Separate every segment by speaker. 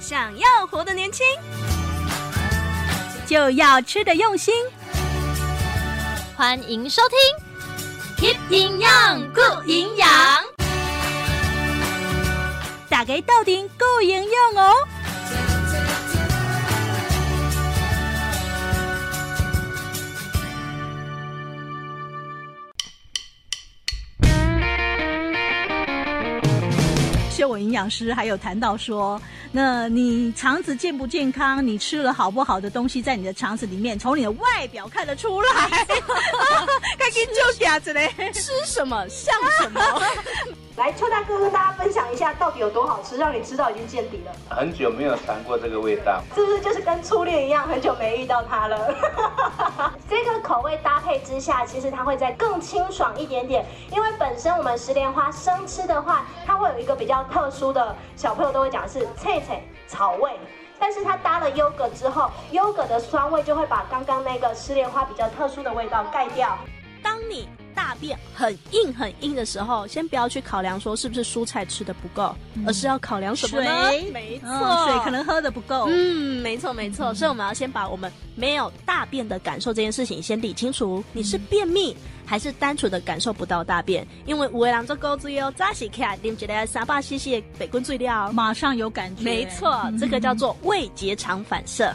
Speaker 1: 想要活得年轻，就要吃得用心。
Speaker 2: 欢迎收听《Keep 营养顾营养》，
Speaker 1: 大家到底顾营养哦。秀文营养师还有谈到说，那你肠子健不健康，你吃了好不好的东西，在你的肠子里面，从你的外表看得出来。赶紧就夹子嘞！
Speaker 2: 吃什么像什么。
Speaker 3: 来，邱大哥跟大家分享一下到底有多好吃，让你吃到已经见底了，
Speaker 4: 很久没有尝过这个味道，
Speaker 3: 是不是就是跟初恋一样，很久没遇到他了？
Speaker 5: 这个口味搭配之下，其实它会再更清爽一点点，因为本身我们石莲花生吃的话，它会有一个比较特殊的，小朋友都会讲是脆脆草味。但是它搭了优格之后，优格的酸味就会把刚刚那个石莲花比较特殊的味道盖掉。
Speaker 1: 当你大便很硬很硬的时候，先不要去考量说是不是蔬菜吃的不够，
Speaker 5: 嗯
Speaker 1: 而是要考量什么呢？
Speaker 2: 水
Speaker 1: 没错，
Speaker 2: 嗯
Speaker 1: 水可能喝的不够。
Speaker 2: 嗯，没错没错，
Speaker 1: 所
Speaker 2: 所以
Speaker 1: 以我
Speaker 2: 我
Speaker 1: 们
Speaker 2: 们
Speaker 1: 要先把我们没有大便的感受这件事情先理清楚。你是便秘，还是单纯的感受不到大便？因为五位郎做钩子哟，扎起来，你们觉得三八西西北滚最料。
Speaker 6: 马上有感觉。
Speaker 1: 没错，这个叫做胃结肠反射。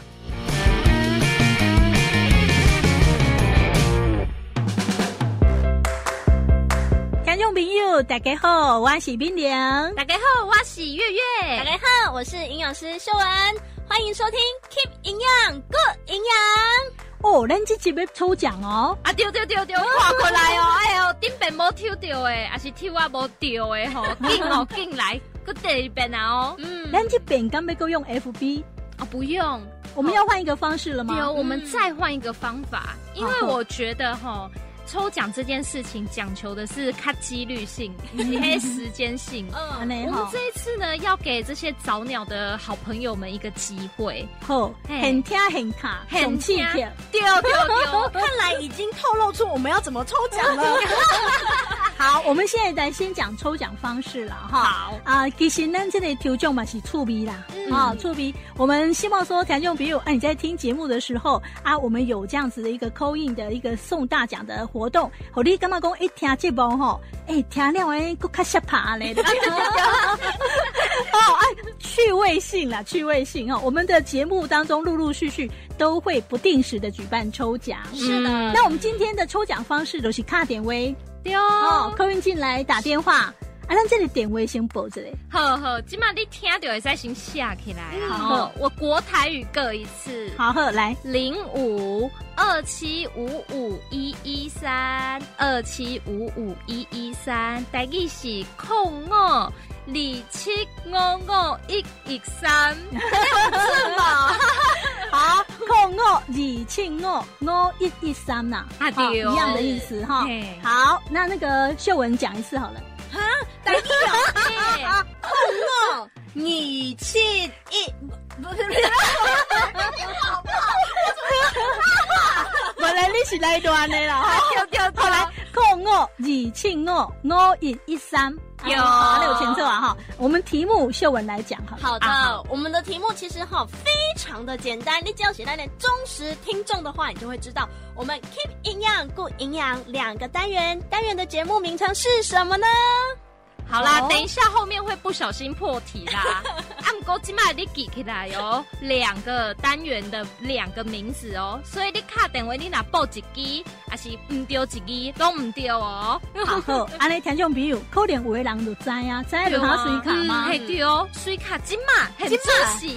Speaker 1: 听众朋友，大家好，我是冰凉。
Speaker 2: 大家好，我是月月。
Speaker 1: 大家好，我是营养师秀文，欢迎收听 Keep 营养 Good 营养。哦，咱这集要抽奖哦，
Speaker 2: 啊丢丢丢丢，跨过来哦！哎呦，顶边无抽到诶，还是抽啊无丢诶吼，进哦进来，搁第二遍啊哦。嗯，
Speaker 6: 咱这饼干被够用 FB，
Speaker 2: 啊不用，
Speaker 6: 我们要换一个方式了吗？
Speaker 7: 哦有，我们再换一个方法，因为我觉得哈，抽奖这件事情讲求的是看几率性，以及时间性。
Speaker 1: 哦
Speaker 6: 安
Speaker 2: 嗯，
Speaker 6: 内
Speaker 7: 我们
Speaker 6: 哈，
Speaker 7: 这一次呢，要给这些早鸟的好朋友们一个机会。
Speaker 6: 好，
Speaker 7: 嘿
Speaker 6: 很听很卡，
Speaker 7: 很
Speaker 6: 很气
Speaker 7: 听
Speaker 6: 片。
Speaker 2: 丢丢丢，
Speaker 1: 看来已经透露出我们要怎么抽奖了。
Speaker 6: 好，我们现在来先讲抽奖方式了哈。
Speaker 7: 好，
Speaker 6: 啊，其实呢，这类抽奖嘛是触鼻啦，啊，触鼻。我们希望说，听众朋友，啊，你在听节目的时候啊，我们有这样子的一个扣印的一个送大奖的活动，好，你感觉讲一哎听这波吼，哎、听了哎，够较吓怕 嘞。哦，哎，趣味性啦，趣味性哦。我们的节目当中陆陆续续都会不定时的举办抽奖。
Speaker 7: 是的，
Speaker 6: 嗯那我们今天的抽奖方式就是卡点位
Speaker 7: 丢，
Speaker 6: 哦，客运进来打电话，啊，咱这里点位先报着嘞。
Speaker 7: 好好，今晚你听到也在先下起来啊。
Speaker 6: 嗯
Speaker 7: 哦，我国台语各一次。
Speaker 6: 好，好，来，
Speaker 7: 零五二七五五一一三，二七五五一一三，台语是空五二七五五一一 三，
Speaker 6: 好，扣我二七我我一一三呐，
Speaker 7: 啊
Speaker 6: 好
Speaker 7: 对哦
Speaker 6: 一样的意思哈
Speaker 7: 嘿。
Speaker 6: 好，那那个秀文讲一次好 了。
Speaker 7: 嘿
Speaker 1: 你气一
Speaker 6: 本来你是来乱的啦，
Speaker 7: 丢丢
Speaker 6: 后来扣我二七我我一一三，
Speaker 7: 有
Speaker 6: 哎好那有前奏啊哈。我们题目秀文来讲好 了。
Speaker 1: 好的，
Speaker 7: 啊好
Speaker 1: 我们的题目其实哈非常的简单，你只要写到点忠实听众的话，你就会知道我们 Keep 营养顾营养两个单元，单元的节目名称是什么呢？
Speaker 7: 好啦，等一下后面会不小心破题 啦。啊，不过今麦你记起来哦，两个单元的两个名字哦，所以你卡电话你若报一支，还是唔丢一支都唔丢哦。
Speaker 6: 好好，安尼听众朋友，可能有的人就知啊，知就拿水卡吗？
Speaker 7: 嘿对哦，水卡今嘛很仔细，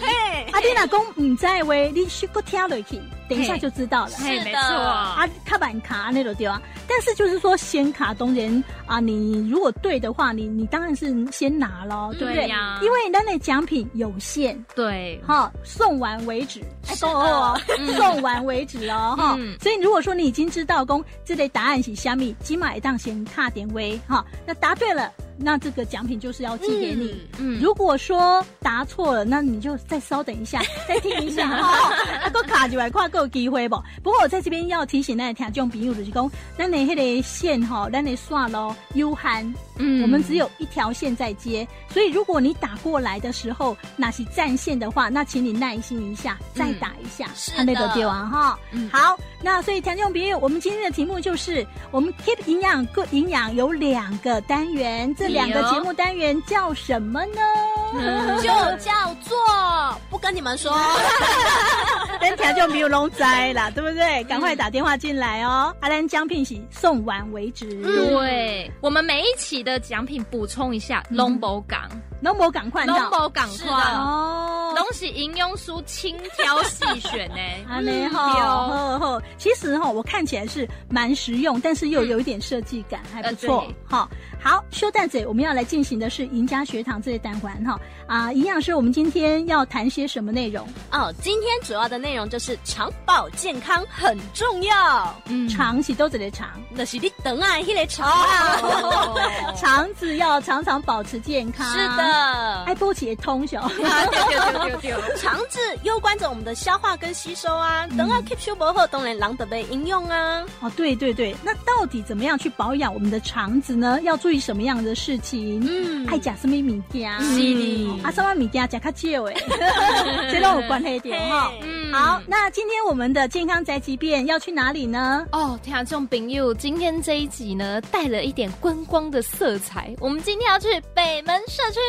Speaker 6: 啊，你若讲唔知的话，你去搁听落去，等一下就知道了。
Speaker 7: 嘿
Speaker 1: 是的
Speaker 7: 没错，
Speaker 6: 啊，卡板卡那种对啊，但是就是说显卡当然啊，你如果对的话，你你当然是先拿咯，对嗯不对？
Speaker 7: 对呀
Speaker 6: 因为咱的奖品有限，
Speaker 7: 对，
Speaker 6: 哈，送完为止，哎，够哦，送完为止哦，哈、
Speaker 7: 嗯
Speaker 6: 所以如果说你已经知道公这类答案是虾米，起码一当先卡点位哈，那答对了。那这个奖品就是要寄给你。
Speaker 7: 嗯
Speaker 6: 如果说答错了，那你就再稍等一 下，再听一下哦。啊，够卡几百块够机会不？不过我在这边要提醒那听众朋友就是讲，咱的那个线哈，咱的线咯有限，
Speaker 7: 嗯
Speaker 6: 我们只有一条线在接，所以如果你打过来的时候那是占线的话，那请你耐心一下，再打一下，
Speaker 7: 嗯是
Speaker 6: 看那个
Speaker 7: 的
Speaker 6: 丢啊哈。
Speaker 7: 嗯
Speaker 6: 好，那所以听众朋友，我们今天的题目就是我们 Keep 营养 Good 营养有两个单元，这两个
Speaker 7: 有
Speaker 6: 节目单元叫什么 呢？
Speaker 7: 嗯
Speaker 1: 就叫做不跟你们说，
Speaker 6: 咱听众朋友拢知啦，对不
Speaker 7: 嗯
Speaker 6: 对？赶快打电话进来哦，阿兰奖品喜送完为止。
Speaker 7: 对，我们每一期的奖品补充一下，龙博港，
Speaker 6: 龙某赶快嗯
Speaker 7: 龙
Speaker 6: 到
Speaker 7: 博港
Speaker 1: 是
Speaker 7: 款
Speaker 1: 的，
Speaker 6: 哦。
Speaker 7: 拢是营养书精挑细 选呢。
Speaker 6: 啊，嘞吼，
Speaker 7: 对哦
Speaker 6: 吼吼，其实哈，我看起来是蛮实用，但是又有一点设计感，还不错
Speaker 7: 嗯呃对。
Speaker 6: 哈、好，修蛋嘴，我们要来进行的是赢家学堂这一单环哈啊，营养师，我们今天要谈些什么内容？
Speaker 7: 嗯
Speaker 1: 哦，今天主要的内容就是肠保健康很重要，
Speaker 7: 嗯
Speaker 6: 肠喜豆子的肠，
Speaker 1: 那是你等啊，迄个肠啊，
Speaker 6: 肠子要常常保持健康。
Speaker 1: 是，的
Speaker 6: 爱。波起也通晓。
Speaker 7: 啊，对对对对对，
Speaker 1: 肠子攸关着我们的消化跟吸收啊，等啊 keep 修薄后，当然狼得被应用啊。
Speaker 6: 哦，对对对，那到底怎么样去保养我们的肠子呢？要注意什么样的事情？
Speaker 7: 嗯
Speaker 6: 爱吃什么物件？
Speaker 7: 是的
Speaker 6: 啊，什么物件吃较少诶， 这都有关系
Speaker 1: 哦
Speaker 6: 点哈。
Speaker 7: 嗯
Speaker 6: 好，那今天我们的健康宅急便要去哪里呢？
Speaker 7: 哦，听众朋友，今天这一集呢，带了一点观光的色彩。我们今天要去北门社区。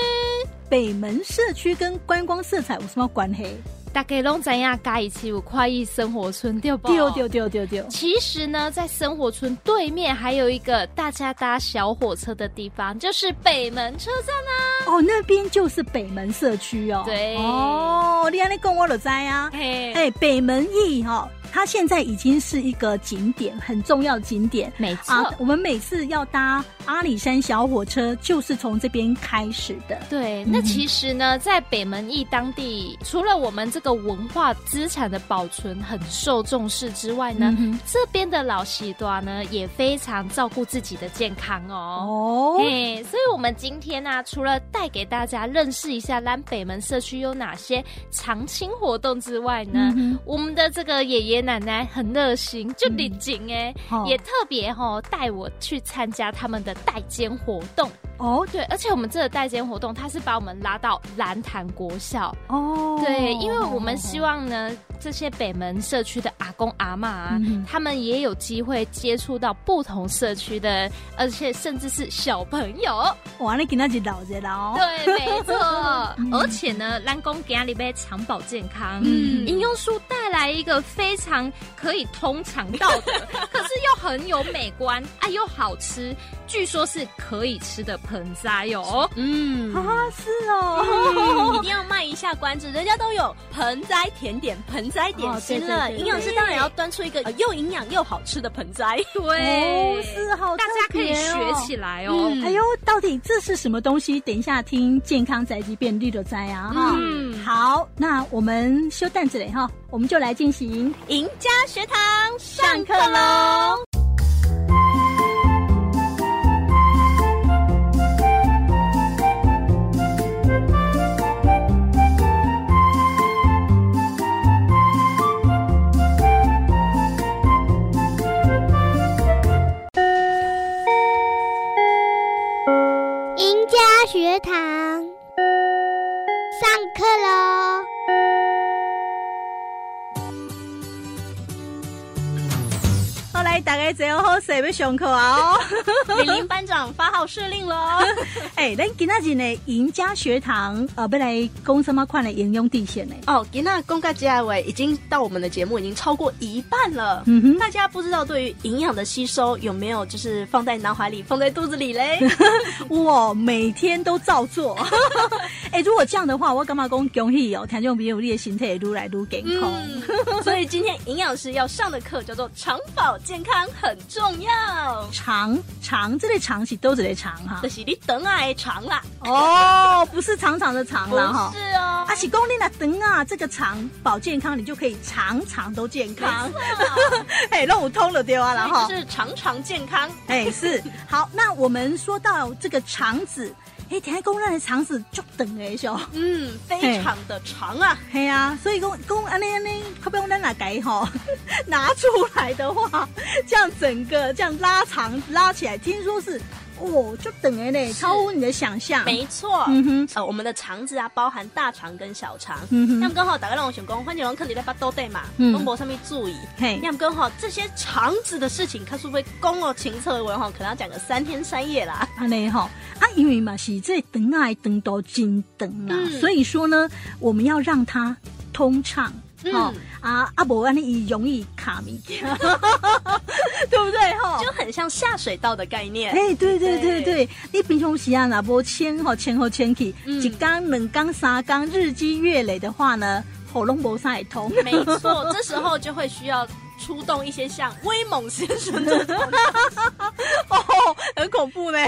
Speaker 6: 北门社区跟观光色彩有什么关系？
Speaker 7: 大家拢知影，嘉义市有快意生活村，对不？
Speaker 6: 丢丢丢丢丢！
Speaker 7: 其实呢，在生活村对面还有一个大家搭小火车的地方，就是北门车站啊啦、
Speaker 6: 哦，那边就是北门社区哦。
Speaker 7: 对
Speaker 6: 哦，你安尼讲我就知啊。
Speaker 7: 嘿
Speaker 6: 哎，北门驿哈、哦，它现在已经是一个景点，很重要的景点。
Speaker 7: 没错，
Speaker 6: 啊，我们每次要搭阿里山小火车，就是从这边开始的。
Speaker 7: 对。那其实呢，在北门驿当地，除了我们这个文化资产的保存很受重视之外呢，
Speaker 6: 嗯哼
Speaker 7: 这边的老西多呢也非常照顾自己的健康哦。
Speaker 6: 哦
Speaker 7: 嘿，所以我们今天呢、除了带给大家认识一下南北门社区有哪些常青活动之外呢，
Speaker 6: 嗯哼嗯
Speaker 7: 我们的这个爷爷奶奶很热心，就领情哎，
Speaker 6: 好
Speaker 7: 也特别吼、带我去参加他们的代间活动。
Speaker 6: 哦
Speaker 7: 对，而且我们这个代间活动，它是把我们拉到蓝潭国小。
Speaker 6: 哦，
Speaker 7: 对，因为我们希望呢，这些北门社区的阿公阿嬷啊，
Speaker 6: 嗯哼
Speaker 7: 他们也有机会接触到不同社区的，而且甚至是小朋友。
Speaker 6: 哇，你给他一老哦热闹。
Speaker 7: 对，没错。而且呢，蓝公给阿里贝长保健康，
Speaker 6: 嗯
Speaker 7: 嗯，饮用书带来一个非常可以通肠道的，可是又很有美观，啊，又好吃，据说是可以吃的盆栽哟、哦。
Speaker 1: 嗯，
Speaker 6: 啊，是哦。
Speaker 1: 一定要卖一下关子，人家都有盆栽甜点、盆栽 点心
Speaker 6: 哦
Speaker 1: 了，
Speaker 6: 对对对
Speaker 1: 营养师当然要端出一个呃又营养又好吃的盆栽。
Speaker 7: 对，
Speaker 6: 哦是好
Speaker 7: 大家可
Speaker 6: 特
Speaker 7: 以
Speaker 6: 别
Speaker 7: 学
Speaker 6: 哦
Speaker 7: 起来哦。
Speaker 1: 嗯
Speaker 6: 哎呦，到底这是什么东西？等一下听健康宅急便绿的灾啊哈。
Speaker 7: 嗯
Speaker 6: 好，那我们休蛋子嘞哈，我们就来进行
Speaker 1: 赢家学堂上
Speaker 6: 上课喽。
Speaker 8: 赢家学堂，上课喽！
Speaker 6: 后来大家坐好势要上课 啊、哦。
Speaker 1: 李林班长发号施令喽！
Speaker 6: 哎，咱今仔日呢，赢家学堂呃，要来讲什么款的应用地线呢？
Speaker 9: 哦，吉娜公告接下来已经到我们的节目已经超过一半了。
Speaker 6: 嗯哼
Speaker 9: 大家不知道对于营养的吸收有没有就是放在脑海里、放在肚子里嘞？
Speaker 6: 哇，每天都照做。 哎、如果这样的话，我干嘛讲恭喜哦？听众朋友，你的身体愈来愈健康。
Speaker 1: 嗯所以今天营养师要上的课叫做“肠保健康很重要
Speaker 6: 肠肠，这类肠是都这类肠”，哈
Speaker 1: 这。是你等爱肠啦，
Speaker 6: 哦，不是长长的长了哈
Speaker 1: 不。是哦
Speaker 6: 啊，啊，喜功力那等啊，这个肠保健康，你就可以常常都健康。 哎，那我通了对啊，然后
Speaker 1: 就是常常健康。
Speaker 6: 哎是好，那我们说到这个肠子。哎，田公咱的肠子就长诶，小，
Speaker 1: 嗯，非常的长啊。
Speaker 6: 嘿啊，所以讲讲安尼安尼，可不用咱来改吼， 拿出来的话，这样整个这样拉长拉起来，听说是哦，就等诶嘞，超乎你的想象。
Speaker 1: 没错，
Speaker 6: 嗯
Speaker 1: 呃，我们的肠子啊，包含大肠跟小肠。
Speaker 6: 嗯哼
Speaker 1: 那么刚好打开让我想讲，番茄龙肯定在巴肚底嘛，
Speaker 6: 嗯
Speaker 1: 东博上面注意。
Speaker 6: 嘿
Speaker 1: 那么刚好这些肠子的事情，看是不是公哦情策文哈，可能要讲个三天三夜啦。
Speaker 6: 安尼吼，啊，因为嘛是这肠啊的肠道真长啊，
Speaker 1: 嗯
Speaker 6: 所以说呢，我们要让它通畅。
Speaker 1: 嗯
Speaker 6: 哦、啊啊，无安尼伊容易卡物件， 对不对吼？
Speaker 1: 就很像下水道的概念。
Speaker 6: 哎、对对对
Speaker 1: 对
Speaker 6: 对，你平常时啊，若无签吼签吼签去，
Speaker 1: 嗯
Speaker 6: 一缸两缸三缸，日积月累的话呢，喉咙无啥会通。
Speaker 1: 没错，这时候就会需要出动一些像威猛先生这种。
Speaker 6: 哦， 很恐怖呢。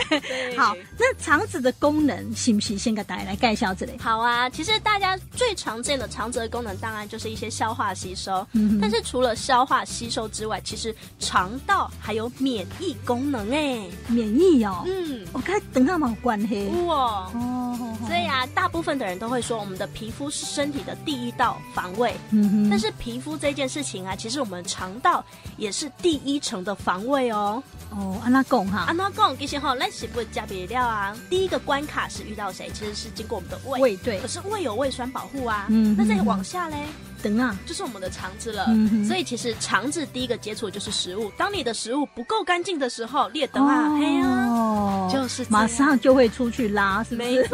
Speaker 1: 对
Speaker 6: 好，那肠子的功能是不是先给大家来介绍这里？
Speaker 1: 好啊，其实大家最常见的肠子的功能，当然就是一些消化吸收。
Speaker 6: 嗯哼
Speaker 1: 但是除了消化吸收之外，其实肠道还有免疫功能哎。
Speaker 6: 免疫哦，
Speaker 1: 嗯，
Speaker 6: 我看等下嘛有关系。
Speaker 1: 哇、
Speaker 6: 哦，
Speaker 1: 所以啊，大部分的人都会说，我们的皮肤是身体的第一道防卫。
Speaker 6: 嗯哼，
Speaker 1: 但是皮肤这件事情啊，其实我们肠道也是第一层的防卫哦。
Speaker 6: 哦，安那讲
Speaker 1: 啊，
Speaker 6: 哈，
Speaker 1: 那讲其实吼，咱是不加别料啊。第一个关卡是遇到谁，其实是经过我们的胃，
Speaker 6: 胃对
Speaker 1: 可是胃有胃酸保护啊。
Speaker 6: 嗯
Speaker 1: 那再
Speaker 6: 嗯
Speaker 1: 往下嘞，
Speaker 6: 等啊，
Speaker 1: 就是我们的肠子了。
Speaker 6: 嗯哼
Speaker 1: 所以其实肠子第一个接触就是食物，当你的食物不够干净的时候，列等啊，嘿呀，
Speaker 6: 哦
Speaker 1: 就是这样
Speaker 6: 马上就会出去拉，是不
Speaker 1: 没
Speaker 6: 是？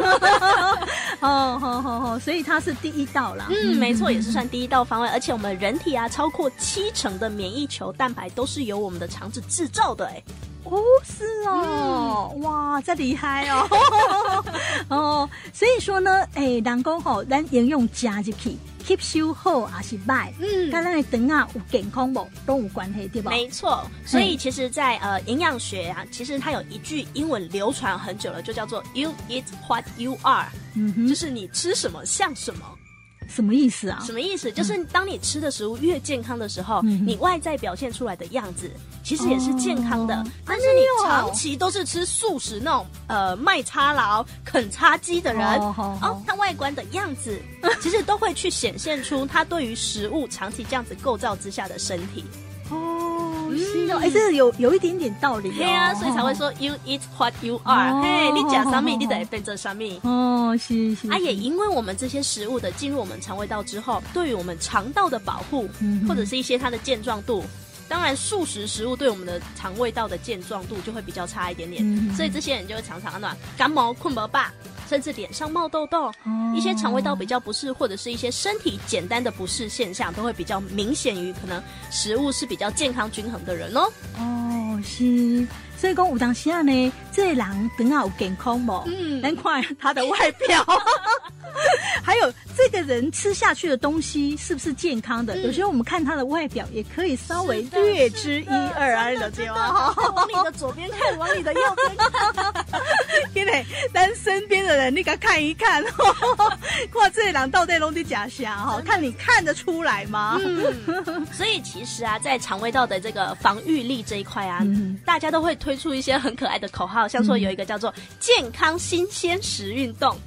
Speaker 6: 哦，好好好，所以它是第一道啦。
Speaker 1: 嗯，没错，也是算第一道防卫。而且我们人体啊，超过七成的免疫球蛋白都是由我们的肠子制造的、哎，
Speaker 6: 哦，是哦，
Speaker 1: 嗯
Speaker 6: 哇，这厉害 哦！哦，所以说呢，诶、人讲吼，咱应用加入去，吸收好还是歹，
Speaker 1: 嗯
Speaker 6: 跟咱的肠啊有健康无都有关系，对吧？
Speaker 1: 没错，所以其实在，呃营养学啊，其实它有一句英文流传很久了，就叫做 “You eat what you are”，、
Speaker 6: 嗯哼，
Speaker 1: 就是你吃什么像什么。
Speaker 6: 什么意思啊
Speaker 1: 什？么意思？就是当你吃的食物越健康的时候，
Speaker 6: 嗯
Speaker 1: 你外在表现出来的样子其实也是健康的。
Speaker 6: 哦
Speaker 1: 但是你长期都是吃素食那种呃麦叉劳、啃叉鸡的人，
Speaker 6: 哦好好
Speaker 1: 它外观的 样子其实都会去显现出他对于食物长期这样子构造之下的身体。
Speaker 6: 哦，是哦，哎、这个有有一点点道理、哦。
Speaker 1: 对嗯啊，所以才会说 you eat what you are、
Speaker 6: 哦
Speaker 1: 嘿，你讲什么，
Speaker 6: 好好
Speaker 1: 你得变成什么。
Speaker 6: 哦，是是。
Speaker 1: 啊，也
Speaker 6: 是
Speaker 1: 因为我们这些食物的进入我们肠胃道之后，对于我们肠道的保护，
Speaker 6: 嗯哼
Speaker 1: 或者是一些它的健壮度，当然素食食物对我们的肠胃道的健壮度就会比较差一点点，
Speaker 6: 嗯哼
Speaker 1: 所以这些人就会常常暖感冒、困不罢，甚至脸上冒痘痘，
Speaker 6: 哦
Speaker 1: 一些肠胃道比较不适，或者是一些身体简单的不适现象，都会比较明显于可能食物是比较健康均衡的人哦。
Speaker 6: 哦，是。所以讲有当时啊呢，这个人等下有健康无？
Speaker 1: 嗯
Speaker 6: 咱看他的外 表，还有这个人吃下去的东西是不是健康
Speaker 1: 嗯
Speaker 6: 的？有时候我们看他的外表，也可以稍微略知一二啊，你就对啊。
Speaker 1: 往你的左边看，往你的右边看，
Speaker 6: 因为咱身边的人，你给他看一看， 哇，这个人到底拢在假虾啊哈？看你看得出来吗？
Speaker 1: 嗯 所以其实啊，在肠胃道的这个防御力这一块啊，
Speaker 6: 嗯
Speaker 1: 大家都会推出一些很可爱的口号，像说有一个叫做“健康新鲜食运动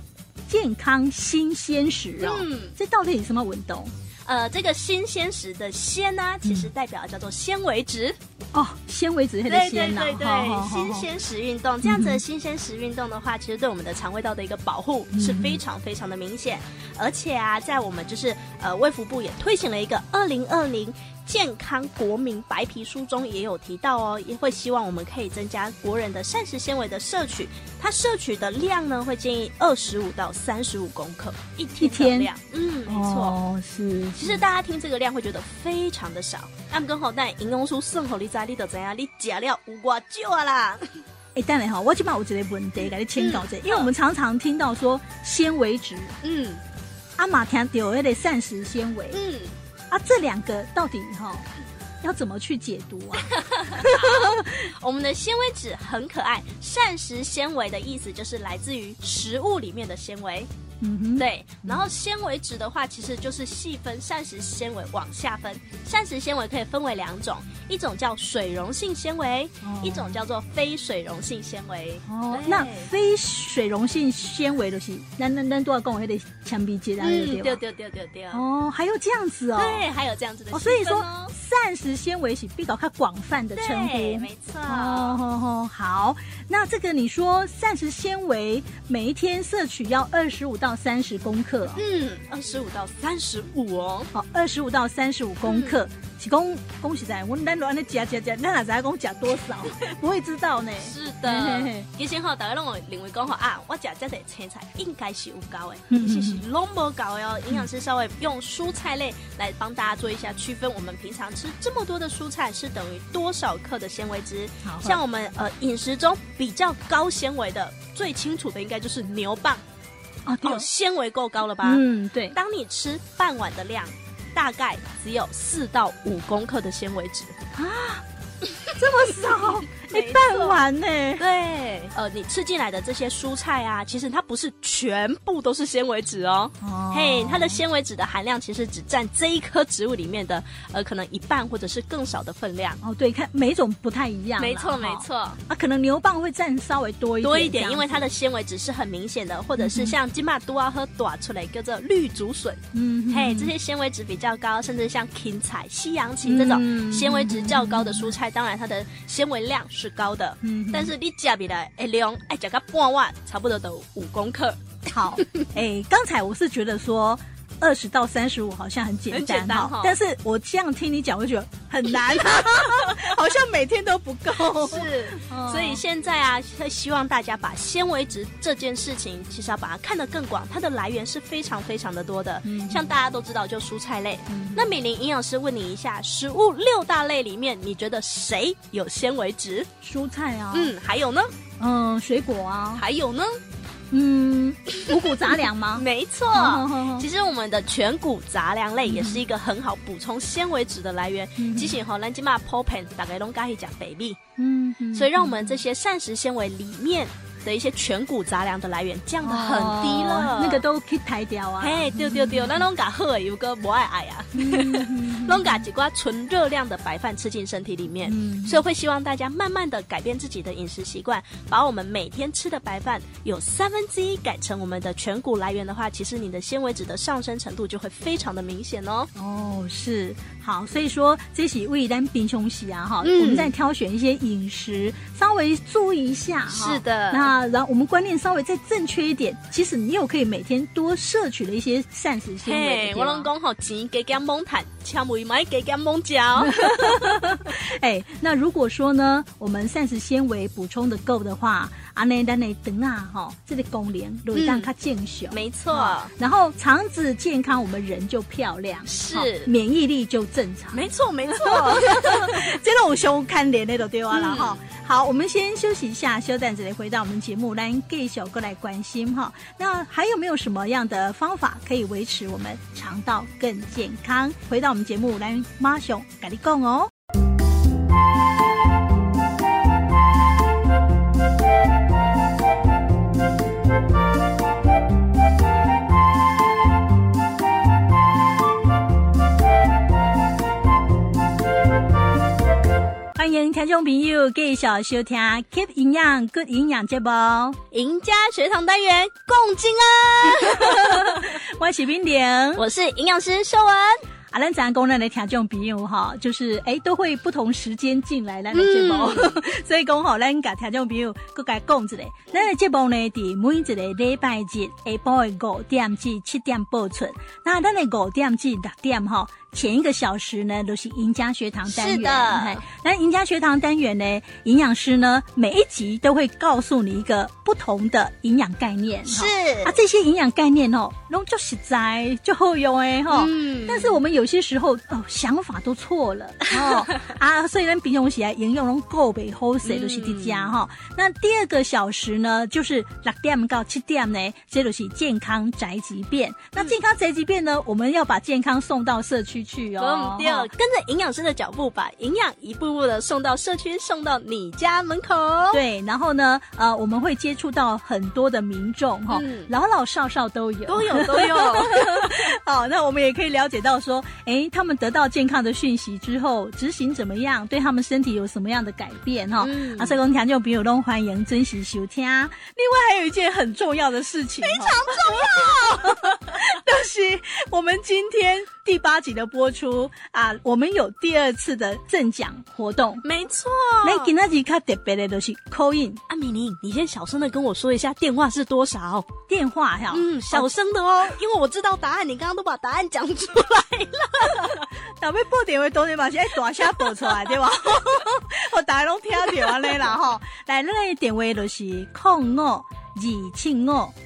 Speaker 6: 健康新鲜食”。哦，
Speaker 1: 嗯，
Speaker 6: 这到底是什么运动？
Speaker 1: 呃，这个新鲜食的“鲜”呢，其实代表的叫做纤维质。
Speaker 6: 哦，纤维质黑的
Speaker 1: 对对
Speaker 6: 纤啊呐、
Speaker 1: 对对，新。鲜食运动这样
Speaker 6: 嗯
Speaker 1: 子的新鲜食运动的话，其实对我们的肠胃道的一个保护是非常非常的明显。而且啊，在我们就是呃卫福部也推行了一个二零二零。健康国民白皮书中也有提到哦，也会希望我们可以增加国人的膳食纤维的摄取，它摄取的量呢会建议二十五到三十五公克一
Speaker 6: 一
Speaker 1: 天
Speaker 6: 天
Speaker 1: 的量，嗯，没错。
Speaker 6: 哦，是。
Speaker 1: 其实大家听这个量会觉得非常的少，那么刚好但营养素送给你知，你就知影你食了有偌少啊啦。
Speaker 6: 哎，当然哈，我起码我觉得问题给你请教一下，因为我们常常听到说纤维质，
Speaker 1: 嗯
Speaker 6: 阿玛听有那个膳食纤维
Speaker 1: 嗯，
Speaker 6: 啊，这两个到底哈要怎么去解 读啊？
Speaker 1: 我们的纤维质很可爱，膳食纤维的意思就是来自于食物里面的纤维，
Speaker 6: 嗯哼，
Speaker 1: 对，然后纤维质的话，其实就是细分膳食纤维往下分。膳食纤维可以分为两种，一种叫水溶性纤维，
Speaker 6: 哦
Speaker 1: 一种叫做非水溶性纤维。
Speaker 6: 哦，
Speaker 1: 对
Speaker 6: 那非水溶性纤维就是咱咱咱都要讲迄个强皮质啊，对不
Speaker 1: 嗯对
Speaker 6: 对？
Speaker 1: 对对对对。
Speaker 6: 哦，还有这样子哦。
Speaker 1: 对，还有这样子的
Speaker 6: 哦，
Speaker 1: 细分哦、
Speaker 6: 所以说膳食纤维是比较较广泛的称
Speaker 1: 对，
Speaker 6: 呼。
Speaker 1: 没错。
Speaker 6: 哦吼吼，好，那这个你说膳食纤维每一天摄取要二十五到三十公克哦，
Speaker 1: 嗯，二十五到三十五哦。
Speaker 6: 好，二十五到三十五公克，
Speaker 1: 嗯
Speaker 6: 是公恭喜在，我们咱乱的加加加，咱哪知道讲加多 少？不会知道呢。
Speaker 1: 是
Speaker 6: 嘿嘿
Speaker 1: 的
Speaker 6: 嘿，
Speaker 1: 其实吼，大家拢会认为讲吼啊，我食这个青菜应该是有高诶，
Speaker 6: 嗯嗯嗯
Speaker 1: 其实是拢无高的哦。营养师稍微用蔬菜类来帮大家做一下区分，我们平常吃这么多的蔬菜是等于多少克的纤维质？
Speaker 6: 好
Speaker 1: 像我们呃饮食中比较高纤维的，最清楚的应该就是牛蒡
Speaker 6: 哦，对
Speaker 1: 哦，，纤维够高了吧？
Speaker 6: 嗯，对，
Speaker 1: 当你吃半碗的量，大概只有四到五公克的纤维质。
Speaker 6: 这么 少，哎，半碗呢？
Speaker 1: 对，呃，你吃进来的这些蔬菜啊，其实它不是全部都是纤维质哦。
Speaker 6: 哦
Speaker 1: 嘿、它的纤维质的含量其实只占这一颗植物里面的呃可能一半或者是更少的分量。
Speaker 6: 哦，对，看每种不太一样啦，
Speaker 1: 没错，
Speaker 6: 哈
Speaker 1: 没错，
Speaker 6: 啊，可能牛蒡会占稍微多一
Speaker 1: 多一
Speaker 6: 一
Speaker 1: 点，因为它的纤维质是很明显的，或者是像金马啊都要喝短出来，叫做绿竹笋，
Speaker 6: 嗯
Speaker 1: 嘿，
Speaker 6: 嗯
Speaker 1: 这些纤维值比较高，甚至像芹菜、西洋芹这种
Speaker 6: 嗯
Speaker 1: 纤维值较高的蔬菜，当然它的纤维量是高的。
Speaker 6: 嗯
Speaker 1: 但是你加起来，哎，量哎，加个半碗，差不多都五公克，
Speaker 6: 好，哎，刚才我是觉得说。二十到三十五好像很简
Speaker 1: 很
Speaker 6: 单
Speaker 1: 简单哈
Speaker 6: 但是我这样听你讲，我就觉得很 难， 好像每天都不够。
Speaker 1: 是。
Speaker 6: 哦
Speaker 1: 所以现在啊，希望大家把纤维值这件事情，其实要把它看得更广，它的来源是非常非常的多的。
Speaker 6: 嗯
Speaker 1: 像大家都知道，就蔬菜类。
Speaker 6: 嗯
Speaker 1: 那美玲营养师问你一下，食物六大类里面，你觉得谁有纤维值？
Speaker 6: 蔬菜啊，嗯
Speaker 1: 嗯，还有呢？
Speaker 6: 水果啊，
Speaker 1: 还有呢？
Speaker 6: 嗯，五谷杂粮吗？
Speaker 1: 没错。
Speaker 6: 哦 哦哦
Speaker 1: 其实我们的全谷杂粮类也是一个很好补充纤维质的来源。
Speaker 6: 嗯
Speaker 1: 之前吼，咱今嘛 p o p e n 大概拢加去讲 baby，
Speaker 6: 嗯，嗯
Speaker 1: 所以让我们这些膳食纤维里面的一些全谷杂粮的来源降得很低了。
Speaker 6: 嗯哦那个，都可以抬掉啊。嗯
Speaker 1: 嘿，对对对，咱拢加好的油个不爱爱啊，拢加几瓜纯热量的白饭吃进身体里面。
Speaker 6: 嗯
Speaker 1: 所以会希望大家慢慢的改变自己的饮食习惯，把我们每天吃的白饭有三分之一改成我们的全谷来源的话，其实你的纤维质的上升程度就会非常的明显哦。
Speaker 6: 哦，是好，所以说这是为咱贫穷喜啊哈，
Speaker 1: 嗯
Speaker 6: 我们在挑选一些饮食，稍微注意一下哈。
Speaker 1: 是的
Speaker 6: 那然后我们观念稍微再正确一点，其实你又可以每天多摄取了一些膳食纤维。对
Speaker 1: 嘿，
Speaker 6: 吧
Speaker 1: 我拢讲吼，钱加减猛赚，钱未买加减猛交。
Speaker 6: 哎，那如果说呢，我们膳食纤维补充的够的话，啊那咱那等啊哈，这个功能就
Speaker 1: 嗯
Speaker 6: 让它健雄。
Speaker 1: 没错，
Speaker 6: 然后肠子健康，我们人就漂亮，
Speaker 1: 是
Speaker 6: 好免疫力就正常。
Speaker 1: 没错，没错。
Speaker 6: 这种胸看脸那种对啊了哈。好，我们先休息一下，休蛋子来回到我们节目，来给小哥来关心哈。那还有没有什么样的方法可以维持我们肠道更健康？回到我们节目，来马熊跟你讲哦。欢迎听众朋友继续收听《Keep 营养 Good 营养》节目，
Speaker 1: 赢家学堂单元共进啊！
Speaker 6: 我是冰玲。
Speaker 1: 我是营养师秀文。
Speaker 6: 啊，咱咱讲咱的听众朋友哈，就是诶都会不同时间进来咱的
Speaker 1: 嗯
Speaker 6: 节目， 所以讲吼，咱甲听众朋友各甲讲一下，咱的节目呢，伫每一个礼拜日下晡的五点至七点播出。那咱的五点至六点吼，前一个小时呢，都、是赢家学堂单元。
Speaker 1: 是的
Speaker 6: 嘿那赢家学堂单元呢，营养师呢，每一集都会告诉你一个不同的营养概念。哈啊，这些营养概念哦，拢就实在就好用诶吼。
Speaker 1: 嗯，
Speaker 6: 但是我们有些时候哦，想法都错 了哦啊，所以咱平常时来应用拢够北好势就是这家哈。那第二个小时呢，就是六点到七点呢，这就是健康宅急便。那健康宅急便呢，我们要把健康送到社区去
Speaker 1: 嗯
Speaker 6: 哦，。
Speaker 1: 第二，跟着营养师的脚步，把营养一步步的送到社区，送到你家门口。
Speaker 6: 对，然后呢，呃，我们会接触到很多的民众哈、
Speaker 1: 嗯
Speaker 6: 老老少少都有，
Speaker 1: 都有都有，
Speaker 6: 哦，那我们也可以了解到说，诶，他们得到健康的讯息之后，执行怎么样，对他们身体有什么样的改变哈、
Speaker 1: 嗯
Speaker 6: 啊，所以讲听众朋友都欢迎准时收听。啊另外还有一件很重要的事情，非常重要， 就是我们今天第八集的播出啊，我们有第二次的赠奖活动。
Speaker 1: 没错。
Speaker 6: 那今仔日较特别的就是 call in
Speaker 1: 阿米妮，你先小声的跟我说一下电话是多少？
Speaker 6: 电话哈，
Speaker 1: 嗯，小声的哦，因为我知道答案，你刚刚都把答案讲出来了。
Speaker 6: 倒要报电话当然嘛是爱大声报出来对吧？ 我大家拢听着安尼啦吼。来，咱的电话就是零五二七五五一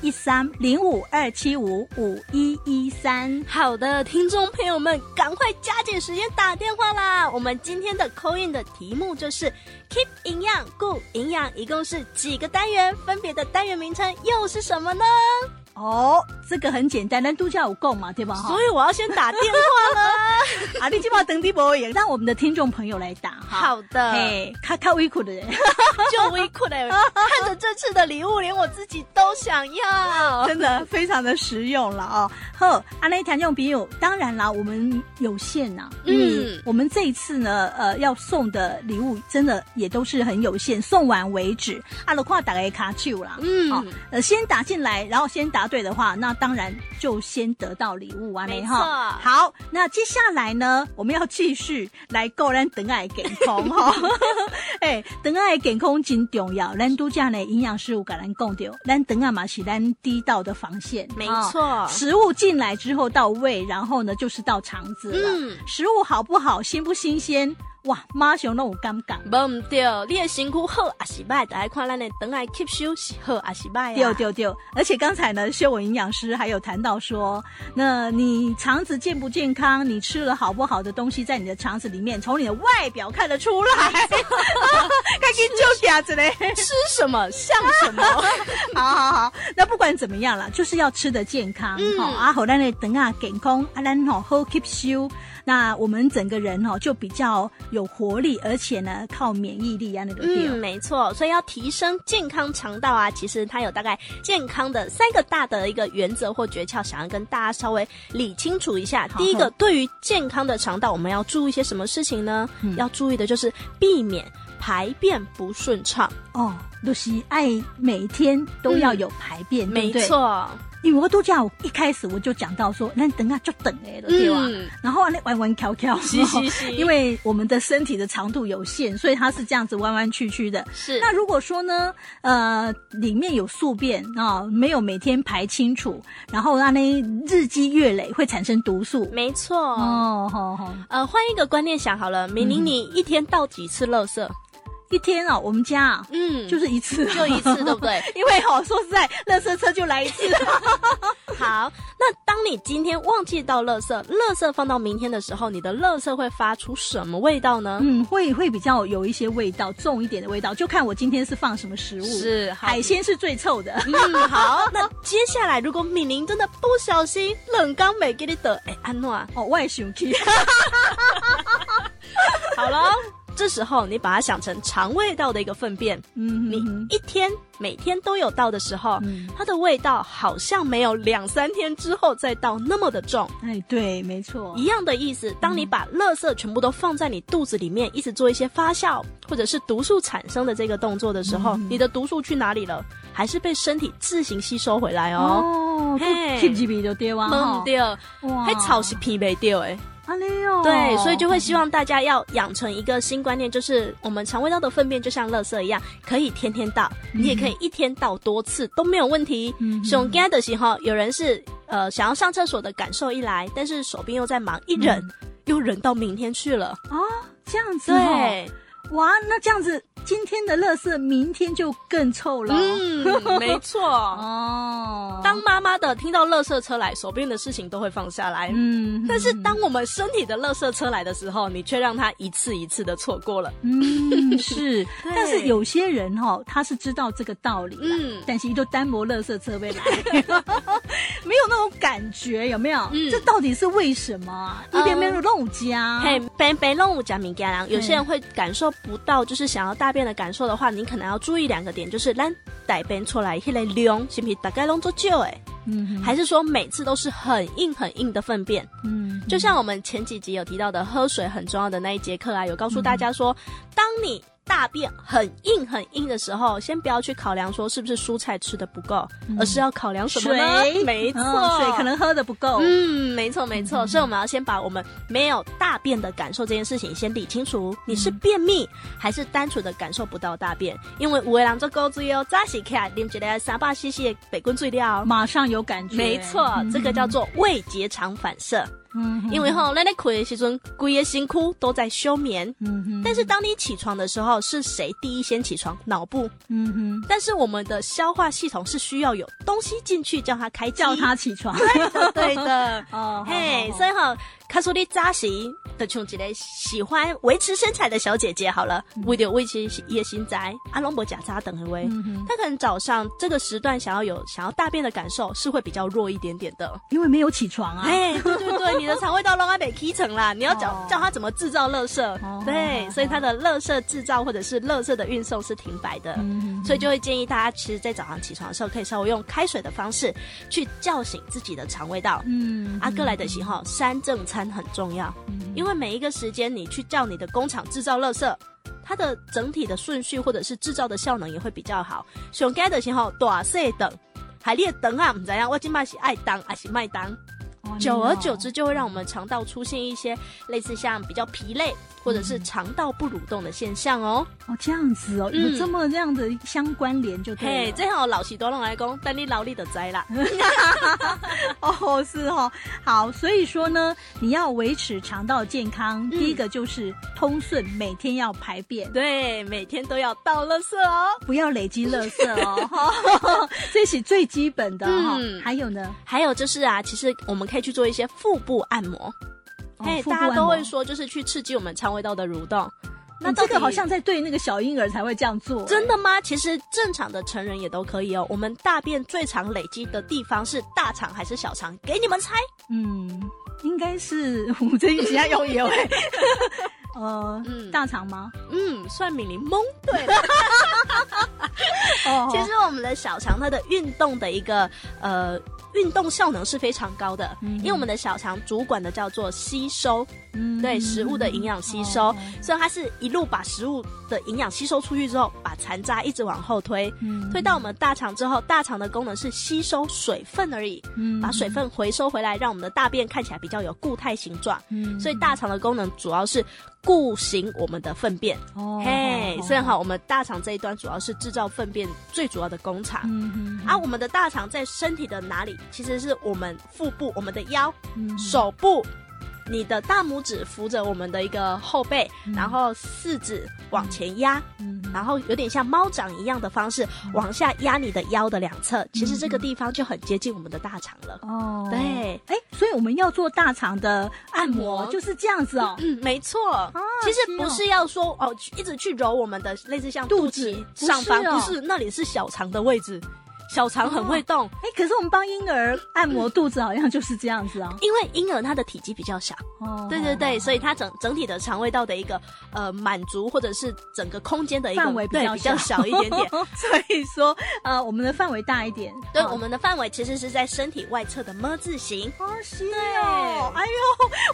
Speaker 6: 一三零五二七五五一一三。
Speaker 1: 好的，听众朋友们，赶快加紧时间打电话啦！我们今天的 call in 的题目就是 Keep 营养顾营养，一共是几个单元？分别的单元名称又是什么呢？
Speaker 6: 哦，这个很简单，咱度假有供嘛对吧？哈
Speaker 1: 所，以我要先打电话了。
Speaker 6: 啊，你起码等地博也让我们的听众朋友来打哈。
Speaker 1: 好的，
Speaker 6: 嘿，卡卡微苦的人，
Speaker 1: 就微困了，看着这次的礼物，连我自己都想要。
Speaker 6: 真的非常的实用了哦。呵，阿雷谭用笔友，当然啦，我们有限呐、
Speaker 1: 嗯
Speaker 6: 嗯，我们这一次呢，呃，要送的礼物真的也都是很有限，送完为止。啊阿罗跨打给卡丘啦，
Speaker 1: 嗯
Speaker 6: 哦，呃，先打进来，然后先答对的话，那当然就先得到礼物啊，
Speaker 1: 没
Speaker 6: 没
Speaker 1: 错
Speaker 6: 哈。好，那接下来呢，我们要继续来购咱等爱健 康哈。 哎，等爱健康真重要，咱都这样的营养师有跟咱讲着，咱等爱嘛是咱第一道的防线，
Speaker 1: 没
Speaker 6: 哦
Speaker 1: 错
Speaker 6: 食物进来之后到胃，然后呢就是到肠子了。
Speaker 1: 嗯
Speaker 6: 食物好不好，新不新鲜，哇，马上那种尴尬。
Speaker 1: 无唔对，你的身躯好还是歹，大家看咱的等来吸收是好还是歹啊？
Speaker 6: 丢丢丢！而且刚才呢，修文营养师还有谈到说，那你肠子健不健康，你吃了好不好的东西，在你的肠子里面，从你的外表 看得出来。赶紧就夹子嘞！
Speaker 1: 吃什么像什么。
Speaker 6: 好好好，那不管怎么样啦，就是要吃的健康，
Speaker 1: 嗯
Speaker 6: 好、啊，好咱的等啊健康，啊咱吼好 keep 修，那我们整个人哦就比较有活力，而且呢靠免疫力啊那个地
Speaker 1: 嗯，没错，所以要提升健康肠道啊，其实它有大概健康的三个大的一个原则或诀窍，想要跟大家稍微理清楚一下。
Speaker 6: 好
Speaker 1: 第一个，对于健康的肠道，我们要注意些什么事情呢？要注意的就是避免排便不顺畅。
Speaker 6: 哦，就是爱每天都要有排便，对
Speaker 1: 没
Speaker 6: 不对？
Speaker 1: 错，
Speaker 6: 因为我都讲，我一开始我就讲到说，那等啊就等哎了，对吧？
Speaker 1: 嗯
Speaker 6: 然后那弯弯翘翘，
Speaker 1: 是 是是
Speaker 6: 因为我们的身体的长度有限，所以它是这样子弯弯曲曲的。
Speaker 1: 是
Speaker 6: 那如果说呢，呃，里面有宿便啊、没有每天排清楚，然后让那日积月累会产生毒素。
Speaker 1: 没错。
Speaker 6: 哦，好好，
Speaker 1: 呃，换一个观念想好了，明玲，你一天倒几次垃圾？
Speaker 6: 一天哦，我们家啊，
Speaker 1: 嗯
Speaker 6: 就是一次，
Speaker 1: 就一次，对不 对？
Speaker 6: 因为哦，说实在，垃圾车就来一次了。
Speaker 1: 好，那当你今天忘记倒垃圾，垃圾放到明天的时候，你的垃圾会发出什么味道呢？
Speaker 6: 嗯，会会比较有一些味道，重一点的味道，就看我今天是放什么食物。
Speaker 1: 是好
Speaker 6: 海鲜是最 臭的。
Speaker 1: 嗯，好，那接下来如果敏玲真的不小心冷刚没给你的，哎，安诺啊，
Speaker 6: 哦，外熊 K，
Speaker 1: 好了，这时候你把它想成肠胃道的一个粪便，
Speaker 6: 嗯
Speaker 1: 你
Speaker 6: 嗯
Speaker 1: 一天每天都有倒的时候，
Speaker 6: 嗯
Speaker 1: 它的味道好像没有两三天之后再倒那么的重。
Speaker 6: 哎，对，没错
Speaker 1: 一。样的意思，当你把垃圾全部都放在你肚子里面，一直做一些发酵或者是毒素产生的这个动作的时候，你的毒素去哪里了？还是被身体自行吸收回来哦。
Speaker 6: 哦，
Speaker 1: 嘿
Speaker 6: keep 住就对哇，
Speaker 1: 懵
Speaker 6: 哈
Speaker 1: 掉，
Speaker 6: 哇
Speaker 1: 还草是皮没掉哎，
Speaker 6: 安尼哦，嗯
Speaker 1: 对，所以就会希望大家要养成一个新观念，就是我们肠胃道的粪便就像垃圾一样，可以天天倒，你也可以一天倒多次都没有问题。
Speaker 6: 嗯
Speaker 1: 熊干的时候，有人是呃想要上厕所的感受一来，但是手边又在忙，一忍、
Speaker 6: 嗯
Speaker 1: 又忍到明天去了。
Speaker 6: 啊，这样子哦，
Speaker 1: 对，
Speaker 6: 哇，那这样子今天的垃圾，明天就更臭了。
Speaker 1: 嗯，没错。
Speaker 6: 哦，
Speaker 1: 当妈妈的听到垃圾车来，手边的事情都会放下来。
Speaker 6: 嗯，
Speaker 1: 但是当我们身体的垃圾车来的时候，你却让它一次一次的错过了。
Speaker 6: 嗯，是，
Speaker 1: 对
Speaker 6: 但是有些人哈、他是知道这个道理，嗯
Speaker 1: 嗯，
Speaker 6: 但是一都单薄垃圾车被来，没有那种种感觉，有没有？嗯，这到底是为什么啊？一边没有弄家，
Speaker 1: 嗯嘿，别别弄我讲物件啦。有些人会感受不到，就是想要大便的感受的话，你可能要注意两个点，就是咱大便出来迄个量是不是大概弄做旧诶，
Speaker 6: 嗯
Speaker 1: 还是说每次都是很硬很硬的粪便？
Speaker 6: 嗯，
Speaker 1: 就像我们前几集有提到的喝水很重要的那一节课啊，有告诉大家说，
Speaker 6: 嗯
Speaker 1: 当你大便很硬很硬的时候，先不要去考量说是不是蔬菜吃的不够，而是要考量什么呢？
Speaker 6: 嗯水
Speaker 1: 没错，
Speaker 6: 嗯水可能喝的不够，
Speaker 1: 嗯，没错没错，所以我们要先把我们没有大便的感受这件事情先理清楚，你是便秘还是单纯的感受不到大便？因为五的人做钩子哟，扎起来你们觉得三八西西的北棍最料。
Speaker 6: 马上有感觉，
Speaker 1: 没错，这个叫做胃结肠反射，
Speaker 6: 嗯哼，
Speaker 1: 因为吼，那那苦的时阵，鬼的辛苦都在休眠。
Speaker 6: 嗯哼，
Speaker 1: 但是当你起床的时候，是谁第一先起床？脑部。
Speaker 6: 嗯哼，
Speaker 1: 但是我们的消化系统是需要有东西进去叫它开机
Speaker 6: 叫他起床，
Speaker 1: 对的。
Speaker 6: 哦，
Speaker 1: 嘿，
Speaker 6: 好
Speaker 1: 所以吼，卡苏丽扎西的像一个喜欢维持身材的小姐姐好了，为了维持叶心宅，阿龙伯假扎等一
Speaker 6: 嗯
Speaker 1: 位，她可能早上这个时段想要有想要大便的感受是会比较弱一点点的。
Speaker 6: 因为没有起床啊，
Speaker 1: 哎，对对对，你的肠胃道让它被踢成啦，你要教教它怎么制造垃圾，对，所以它的垃圾制造或者是垃圾的运送是停摆的，
Speaker 6: 嗯
Speaker 1: 所以就会建议大家，其实，在早上起床的时候，可以稍微用开水的方式去叫醒自己的肠胃道，
Speaker 6: 嗯，
Speaker 1: 阿哥来的型号三正餐很重要，因为每一个时间你去叫你的工厂制造垃圾，它的整体的顺序或者是制造的效能也会比较好。上该的型号大细等，海列等啊，唔知样，我今麦是爱当还是麦当？
Speaker 6: 哦
Speaker 1: 久而久，之就会让我们肠道出现一些类似像比较疲累或者是肠道不蠕动的现象哦。
Speaker 6: 哦这样子哦，有
Speaker 1: 嗯
Speaker 6: 这么这样的相关联就对
Speaker 1: 嘿，
Speaker 6: 了，
Speaker 1: 最好老许多拢来讲，等你劳力的灾啦。
Speaker 6: 哦是哦，好，所以说呢，你要维持肠道健
Speaker 1: 嗯
Speaker 6: 康，第一个就是通顺，每天要排便。
Speaker 1: 对，每天都要倒垃圾哦。
Speaker 6: 不要累积垃圾哦， 哈这是最基本的哈、
Speaker 1: 嗯
Speaker 6: 还有呢，
Speaker 1: 还有就是啊，其实我们可以去做一些腹部按摩，哎、
Speaker 6: 腹部
Speaker 1: 大家
Speaker 6: 按
Speaker 1: 都
Speaker 6: 摩
Speaker 1: 会说就是去刺激我们肠胃道的蠕动。那
Speaker 6: 那
Speaker 1: 到
Speaker 6: 哦这
Speaker 1: 底
Speaker 6: 个好像在对那个小婴儿才会这样做，
Speaker 1: 真的吗？其实正常的成人也都可以哦。我们大便最常累积的地方是大肠还是小肠？给你们猜，
Speaker 6: 嗯，应该是我这一集要用油哎， 呃，
Speaker 1: 嗯
Speaker 6: 大肠吗？
Speaker 1: 嗯，算命你蒙对哦了。
Speaker 6: 哦
Speaker 1: 其实我们的小肠它的运动的一个呃运动效能是非常高的，因为我们的小肠主管的叫做吸收，
Speaker 6: 嗯
Speaker 1: 对食物的营养吸收，所以它是一路把食物的营养吸收出去之后，把残渣一直往后推，
Speaker 6: 嗯
Speaker 1: 推到我们大肠之后，大肠的功能是吸收水分而已，
Speaker 6: 嗯
Speaker 1: 把水分回收回来，让我们的大便看起来比较有固态形状。
Speaker 6: 嗯
Speaker 1: 所以大肠的功能主要是固形我们的粪便，
Speaker 6: 哦
Speaker 1: 嘿，虽
Speaker 6: 以
Speaker 1: 然好，我们大肠这一端主要是制造粪便最主要的工厂。
Speaker 6: 嗯哼
Speaker 1: 啊，我们的大肠在身体的哪里？其实是我们腹部、我们的腰、
Speaker 6: 嗯
Speaker 1: 手部，你的大拇指扶着我们的一个后背，然后四指往前压，
Speaker 6: 嗯
Speaker 1: 然后有点像猫掌一样的方式往下压你的腰的两侧。其实这个地方就很接近我们的大肠了。
Speaker 6: 哦，
Speaker 1: 对，
Speaker 6: 哎，所以我们要做大肠的按摩，
Speaker 1: 按摩
Speaker 6: 就是这样子 哦，
Speaker 1: 嗯，没错。其实不是要说哦，去一直去揉我们的类似像
Speaker 6: 肚
Speaker 1: 肚脐
Speaker 6: 子
Speaker 1: 上方，
Speaker 6: 不是哦
Speaker 1: 不是，哦那里是小肠的位置。小肠很会动，
Speaker 6: 哎，可是我们帮婴儿按摩肚子好像就是这样子啊，
Speaker 1: 因为婴儿他的体积比较小，
Speaker 6: 哦，
Speaker 1: 对对对，所以它整整体的肠胃道的一个呃满足，或者是整个空间的一个
Speaker 6: 范围比
Speaker 1: 对
Speaker 6: 较
Speaker 1: 比较
Speaker 6: 小
Speaker 1: 小一点 点。
Speaker 6: 所以说，呃，我们的范围大一点。
Speaker 1: 对，
Speaker 6: 哦
Speaker 1: 我们的范围其实是在身体外侧的么字形，
Speaker 6: 哦，是哦，哎呦，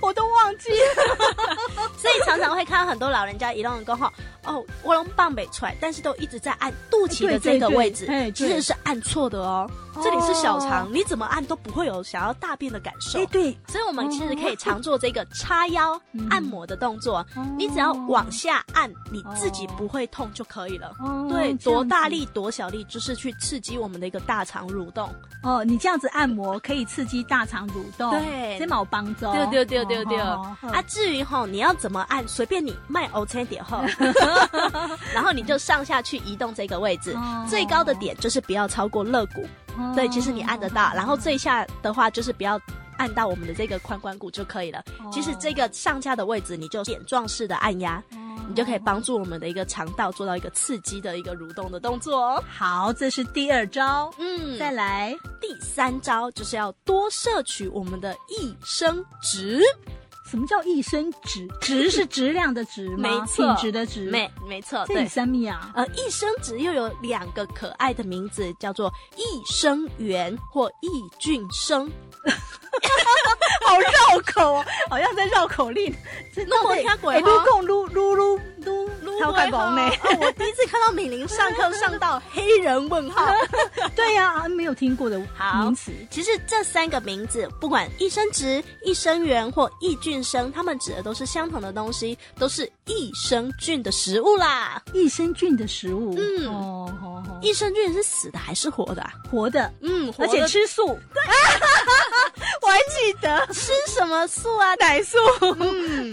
Speaker 6: 我都忘记 了。
Speaker 1: 所以常常会看到很多老人家一弄过后，哦，我龙棒北出来，但是都一直在按肚脐
Speaker 6: 哎对
Speaker 1: 的这个
Speaker 6: 对
Speaker 1: 位置
Speaker 6: 对哎，对
Speaker 1: 其实是按错的哦。这里是小肠，你怎么按都不会有想要大便的感受
Speaker 6: 哎，。对，嗯
Speaker 1: 所以我们其实可以常做这个叉腰按摩的动作，
Speaker 6: 哦
Speaker 1: 你只要往下按，你自己不会痛就可以了。
Speaker 6: 哦
Speaker 1: 对，
Speaker 6: 这样
Speaker 1: 多
Speaker 6: 子
Speaker 1: 大力多小力，就是去刺激我们的一个大肠蠕动。
Speaker 6: 哦，你这样子按摩可以刺激大肠蠕动，
Speaker 1: 对
Speaker 6: 这毛帮助。
Speaker 1: 对对对对对。
Speaker 6: 哦
Speaker 1: 啊，，至于吼，你要怎么按，随便你，卖 OK 点后，然后你就上下去移动这个位置
Speaker 6: 哦，
Speaker 1: 最高的点就是不要超过肋骨，
Speaker 6: 哦
Speaker 1: 对，其实你按得到，然后最下的话就是不要。按到我
Speaker 6: 哦哦
Speaker 1: 们的这个髋关骨就可以了。其实这个上下的位置，你就点状式的按压，你就可以帮助我们的一个肠道做到一个刺激的一个蠕动的动作哦。
Speaker 6: 好，这是第二招。
Speaker 1: 嗯
Speaker 6: 再来，
Speaker 1: 第三招就是要多摄取我们的益生值，
Speaker 6: 什么叫益生 值？值是质量的值吗？
Speaker 1: 没错
Speaker 6: 品质的值。
Speaker 1: 没没错，
Speaker 6: 这
Speaker 1: 对
Speaker 6: 里。三米 啊，
Speaker 1: 呃，益生值又有两个可爱的名字，叫做益生元或益菌生。
Speaker 6: 好绕口 哦，好像在绕口令。这
Speaker 1: 啊 那
Speaker 6: 到
Speaker 1: 我
Speaker 6: 底
Speaker 1: 听过
Speaker 6: 哎，
Speaker 1: 哈
Speaker 6: 撸共撸撸撸撸撸超快
Speaker 1: 哦
Speaker 6: 讲呢？
Speaker 1: 我第一次看到美玲上课上到黑人问号。
Speaker 6: 对呀、啊，没有听过的名词。
Speaker 1: 其实这三个名字，不管益生值、益生元或益菌生，它们指的都是相同的东西，都是益生菌的食物啦。
Speaker 6: 益生菌的食物，
Speaker 1: 嗯
Speaker 6: 哦，好好
Speaker 1: 益生菌是死的还是活的、啊？
Speaker 6: 活的，
Speaker 1: 嗯，
Speaker 6: 而且
Speaker 1: 活的
Speaker 6: 吃素，对，我还记得
Speaker 1: 吃什么素啊？
Speaker 6: 奶素，
Speaker 1: 嗯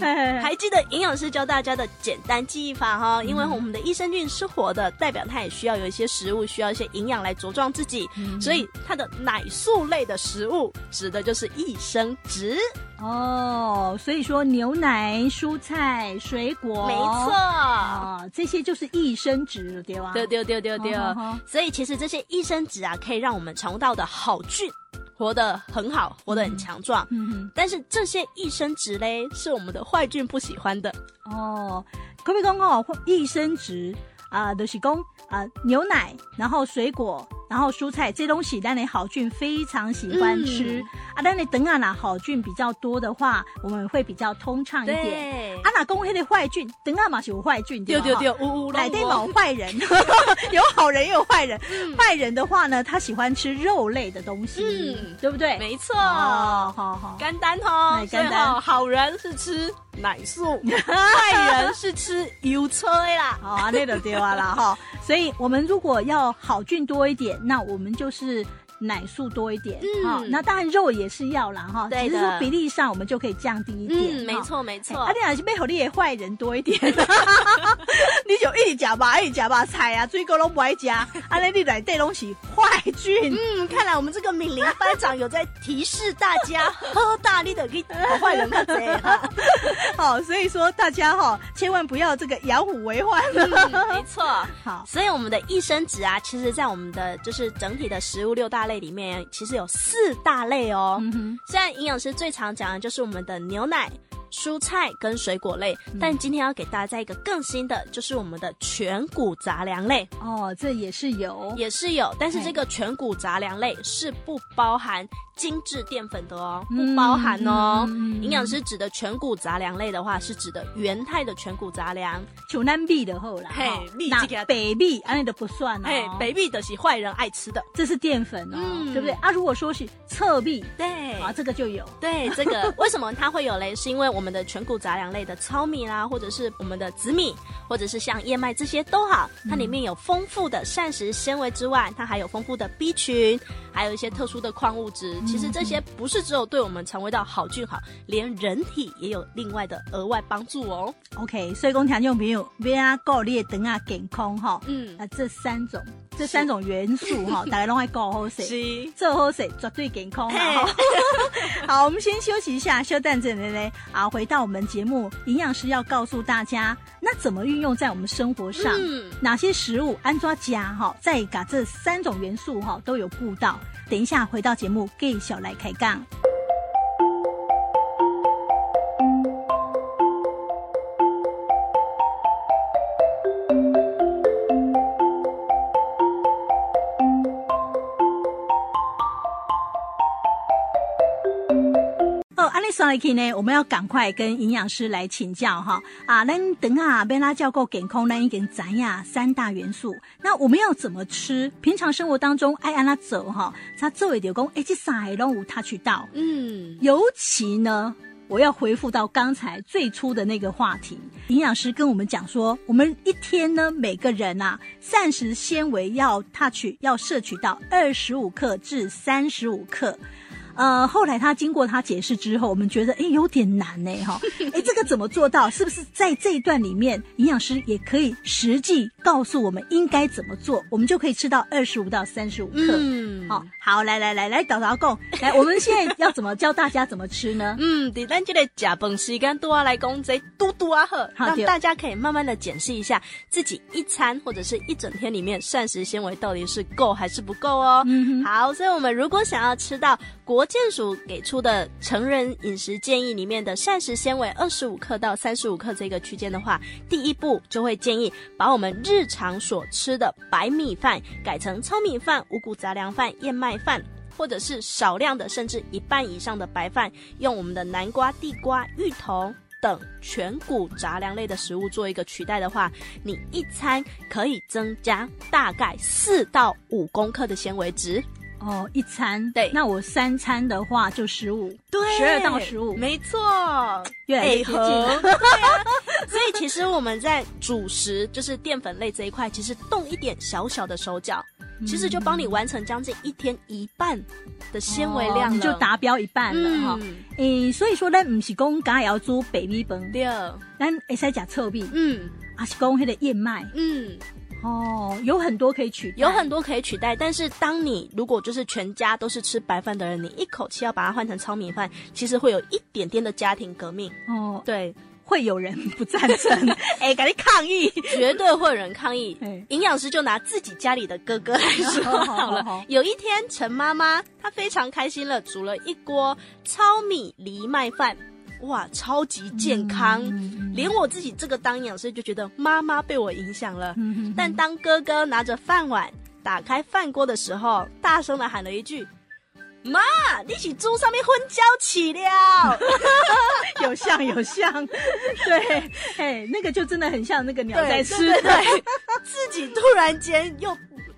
Speaker 6: 哎
Speaker 1: 还记得营养师教大家的简单记忆法哈、哦，因为我们的益生菌是活的，代表它也需要有一些食物，需要一些营养来茁壮自己，所以它的奶素类的食物指的就是益生值，
Speaker 6: 哦，所以说牛奶、蔬菜、水果，
Speaker 1: 没错。
Speaker 6: 啊、这些就是益生值了，对吧？哦
Speaker 1: 对对对对对
Speaker 6: 好好好，
Speaker 1: 哦所以其实这些益生值啊，可以让我们肠道的好菌活得很好，活得很强壮。
Speaker 6: 嗯
Speaker 1: 但是这些益生值嘞，是我们的坏菌不喜欢的。
Speaker 6: 哼，哦，可不可以讲哦，益生值啊、就是讲啊、牛奶，然后水果，然后蔬菜这东西，咱的好菌非常喜欢吃、
Speaker 1: 嗯
Speaker 6: 啊。咱的等啊啦，好菌比较多的话，我们会比较通畅一点。
Speaker 1: 哎对
Speaker 6: 啊，，那公黑的坏菌，等啊嘛是有坏菌，
Speaker 1: 丢
Speaker 6: 吧
Speaker 1: 丢丢，呜呜，
Speaker 6: 奶
Speaker 1: 啊对
Speaker 6: 哎对毛坏人， 有好人也有坏人。坏人的话呢，他喜欢吃肉类的东西，
Speaker 1: 嗯
Speaker 6: 对不对？
Speaker 1: 没错。
Speaker 6: 哦，好 好。
Speaker 1: 干单哦
Speaker 6: 哎，
Speaker 1: 所以
Speaker 6: 干单
Speaker 1: 吼好人是吃奶素， 坏人是吃油车的啦。
Speaker 6: 好啊，那就对啊啦哈。所以我们如果要好菌多一点，那我们就是奶素多一点
Speaker 1: 嗯
Speaker 6: 哈、那当然肉也是要啦哈，
Speaker 1: 对的
Speaker 6: 只是说比例上我们就可以降低一点。
Speaker 1: 嗯，没
Speaker 6: 哈。
Speaker 1: 错没
Speaker 6: 哎
Speaker 1: 错
Speaker 6: 啊，。你若是要互你的坏人多一点， 你就一直食肉，一直食肉菜啊，水果拢不爱食，安尼你内底拢是坏菌。
Speaker 1: 嗯，看来我们这个敏玲班长有在提示大 家，喝大力的可以把坏人看啊贼哈。
Speaker 6: 好，所以说大家哈、千万不要这个养虎为患
Speaker 1: 嗯
Speaker 6: 了。
Speaker 1: 没错。
Speaker 6: 好，
Speaker 1: 所以我们的益生值啊，其实在我们的就是整体的食物六大类里面，其实有四大类哦。
Speaker 6: 哼，
Speaker 1: 虽然营养师最常讲的就是我们的牛奶、蔬菜跟水果类，
Speaker 6: 嗯
Speaker 1: 但今天要给大家一个更新的，就是我们的全谷杂粮类
Speaker 6: 哦，这也是有，
Speaker 1: 也是有，但是
Speaker 6: 嘿
Speaker 1: 这个全谷杂粮类是不包含精致淀粉的哦，
Speaker 6: 嗯
Speaker 1: 不包含哦。
Speaker 6: 嗯嗯嗯
Speaker 1: 营养师指的全谷杂粮类的话，是指的原态的全谷杂粮，
Speaker 6: 像咱米的好啦，
Speaker 1: 嘿
Speaker 6: 吼
Speaker 1: 米
Speaker 6: 那
Speaker 1: 这个
Speaker 6: 北米安尼都不算哦，
Speaker 1: 哎、b a b y 的是坏人爱吃的，
Speaker 6: 这是淀粉哦，
Speaker 1: 嗯
Speaker 6: 对不对？啊，如果说是侧壁
Speaker 1: 对
Speaker 6: 啊，这个就有，
Speaker 1: 对这个，为什么它会有嘞？是因为我们的全谷杂粮类的糙米啦，或者是我们的紫米，或者是像燕麦这些都好，它里面有丰富的膳食纤维之外，它还有丰富的 B 群，还有一些特殊的矿物质。其实这些不是只有对我们肠胃道好菌好，连人体也有另外的额外帮助哦。
Speaker 6: OK，所以讲听众朋友，要啊顾你的肠啊健康吼，
Speaker 1: 嗯，
Speaker 6: 啊这三种这三种元素吼，大家拢爱顾好势，
Speaker 1: 是。
Speaker 6: 做好势绝对健康
Speaker 1: 嘿
Speaker 6: 啊！吼 好，我们先休息一下，休蛋这里呢啊，回到我们节目，营养师要告诉大家，那怎么运用在我们生活上？
Speaker 1: 嗯，
Speaker 6: 哪些食物安抓家哈，再把这三种元素哈都有顾到。等一下回到节目，给小来开杠。哦，安利上来去呢，我们要赶快跟营养师来请教哈啊！咱等下贝拉教够健康，咱已经咱呀三大元素，那我们要怎么吃？平常生活当中爱安那走哈，他作为流工，哎，这三个拢有他去到。
Speaker 1: 嗯，
Speaker 6: 尤其呢，我要回复到刚才最初的那个话题，营养师跟我们讲说，我们一天呢，每个人啊，膳食纤维要 touch 要摄取到二十五克至三十五克。呃，后来他经过他解释之后，我们觉得哎有点难呢 哈，哎这个怎么做到？是不是在这一段里面，营养师也可以实际告诉我们应该怎么做，我们就可以吃到二十五到三十五克。
Speaker 1: 嗯，
Speaker 6: 好、好，来来来来，导导共， 来，我们现在要怎么教大家怎么吃呢？
Speaker 1: 嗯，对，咱这个假本时间多啊来讲，这嘟嘟啊喝，
Speaker 6: 好
Speaker 1: 让
Speaker 6: 对
Speaker 1: 大家可以慢慢的检视一下自己一餐或者是一整天里面膳食纤维到底是够还是不够哦。
Speaker 6: 嗯哼，
Speaker 1: 好，所以我们如果想要吃到国健署给出的成人饮食建议里面的膳食纤维二十五克到三十五克这个区间的话，第一步就会建议把我们日常所吃的白米饭改成糙米饭、五谷杂粮饭、燕麦饭。或者是少量的，甚至一半以上的白饭，用我们的南瓜、地瓜、芋头等全谷杂粮类的食物做一个取代的话，你一餐可以增加大概四到五公克的纤维值。
Speaker 6: 哦，一餐，
Speaker 1: 对
Speaker 6: 那我三餐的话就十五，
Speaker 1: 对
Speaker 6: 12到15
Speaker 1: 没错，
Speaker 6: 越来越接
Speaker 1: 哎
Speaker 6: 近
Speaker 1: 呵
Speaker 6: 了。
Speaker 1: 所以其实我们在主食，就是淀粉类这一块，其实动一点小小的手脚，其实就帮你完成将近一天一半的纤维量
Speaker 6: 嗯哦
Speaker 1: 了，
Speaker 6: 你就达标一半了哈。
Speaker 1: 嗯，
Speaker 6: 诶、所以说咱唔是讲家要煮白米饭，
Speaker 1: 对，
Speaker 6: 咱会使食臭米，
Speaker 1: 嗯
Speaker 6: 还是讲迄个燕麦
Speaker 1: 嗯，
Speaker 6: 哦，有很多可以取代，
Speaker 1: 有很多可以取代，但是当你如果就是全家都是吃白饭的人，你一口气要把它换成糙米饭，其实会有一点点的家庭革命，
Speaker 6: 哦，
Speaker 1: 对，
Speaker 6: 会有人不赞成， 哎、赶紧抗议。
Speaker 1: 绝对会有人抗议
Speaker 6: 哎。
Speaker 1: 营养师就拿自己家里的哥哥来说
Speaker 6: 好好
Speaker 1: 好
Speaker 6: 好
Speaker 1: 了。有一天，陈妈妈她非常开心了，煮了一锅糙米藜麦饭，哇，超级健康。
Speaker 6: 嗯
Speaker 1: 连我自己这个当营养师就觉得妈妈被我影响了。
Speaker 6: 嗯哼
Speaker 1: 但当哥哥拿着饭碗打开饭锅的时候，大声的喊了一句：“妈，你起猪上面混交起了。”
Speaker 6: 有像有像， 对，哎，那个就真的很像那个鸟
Speaker 1: 对
Speaker 6: 在吃
Speaker 1: 对
Speaker 6: 的。
Speaker 1: 对自己突然间又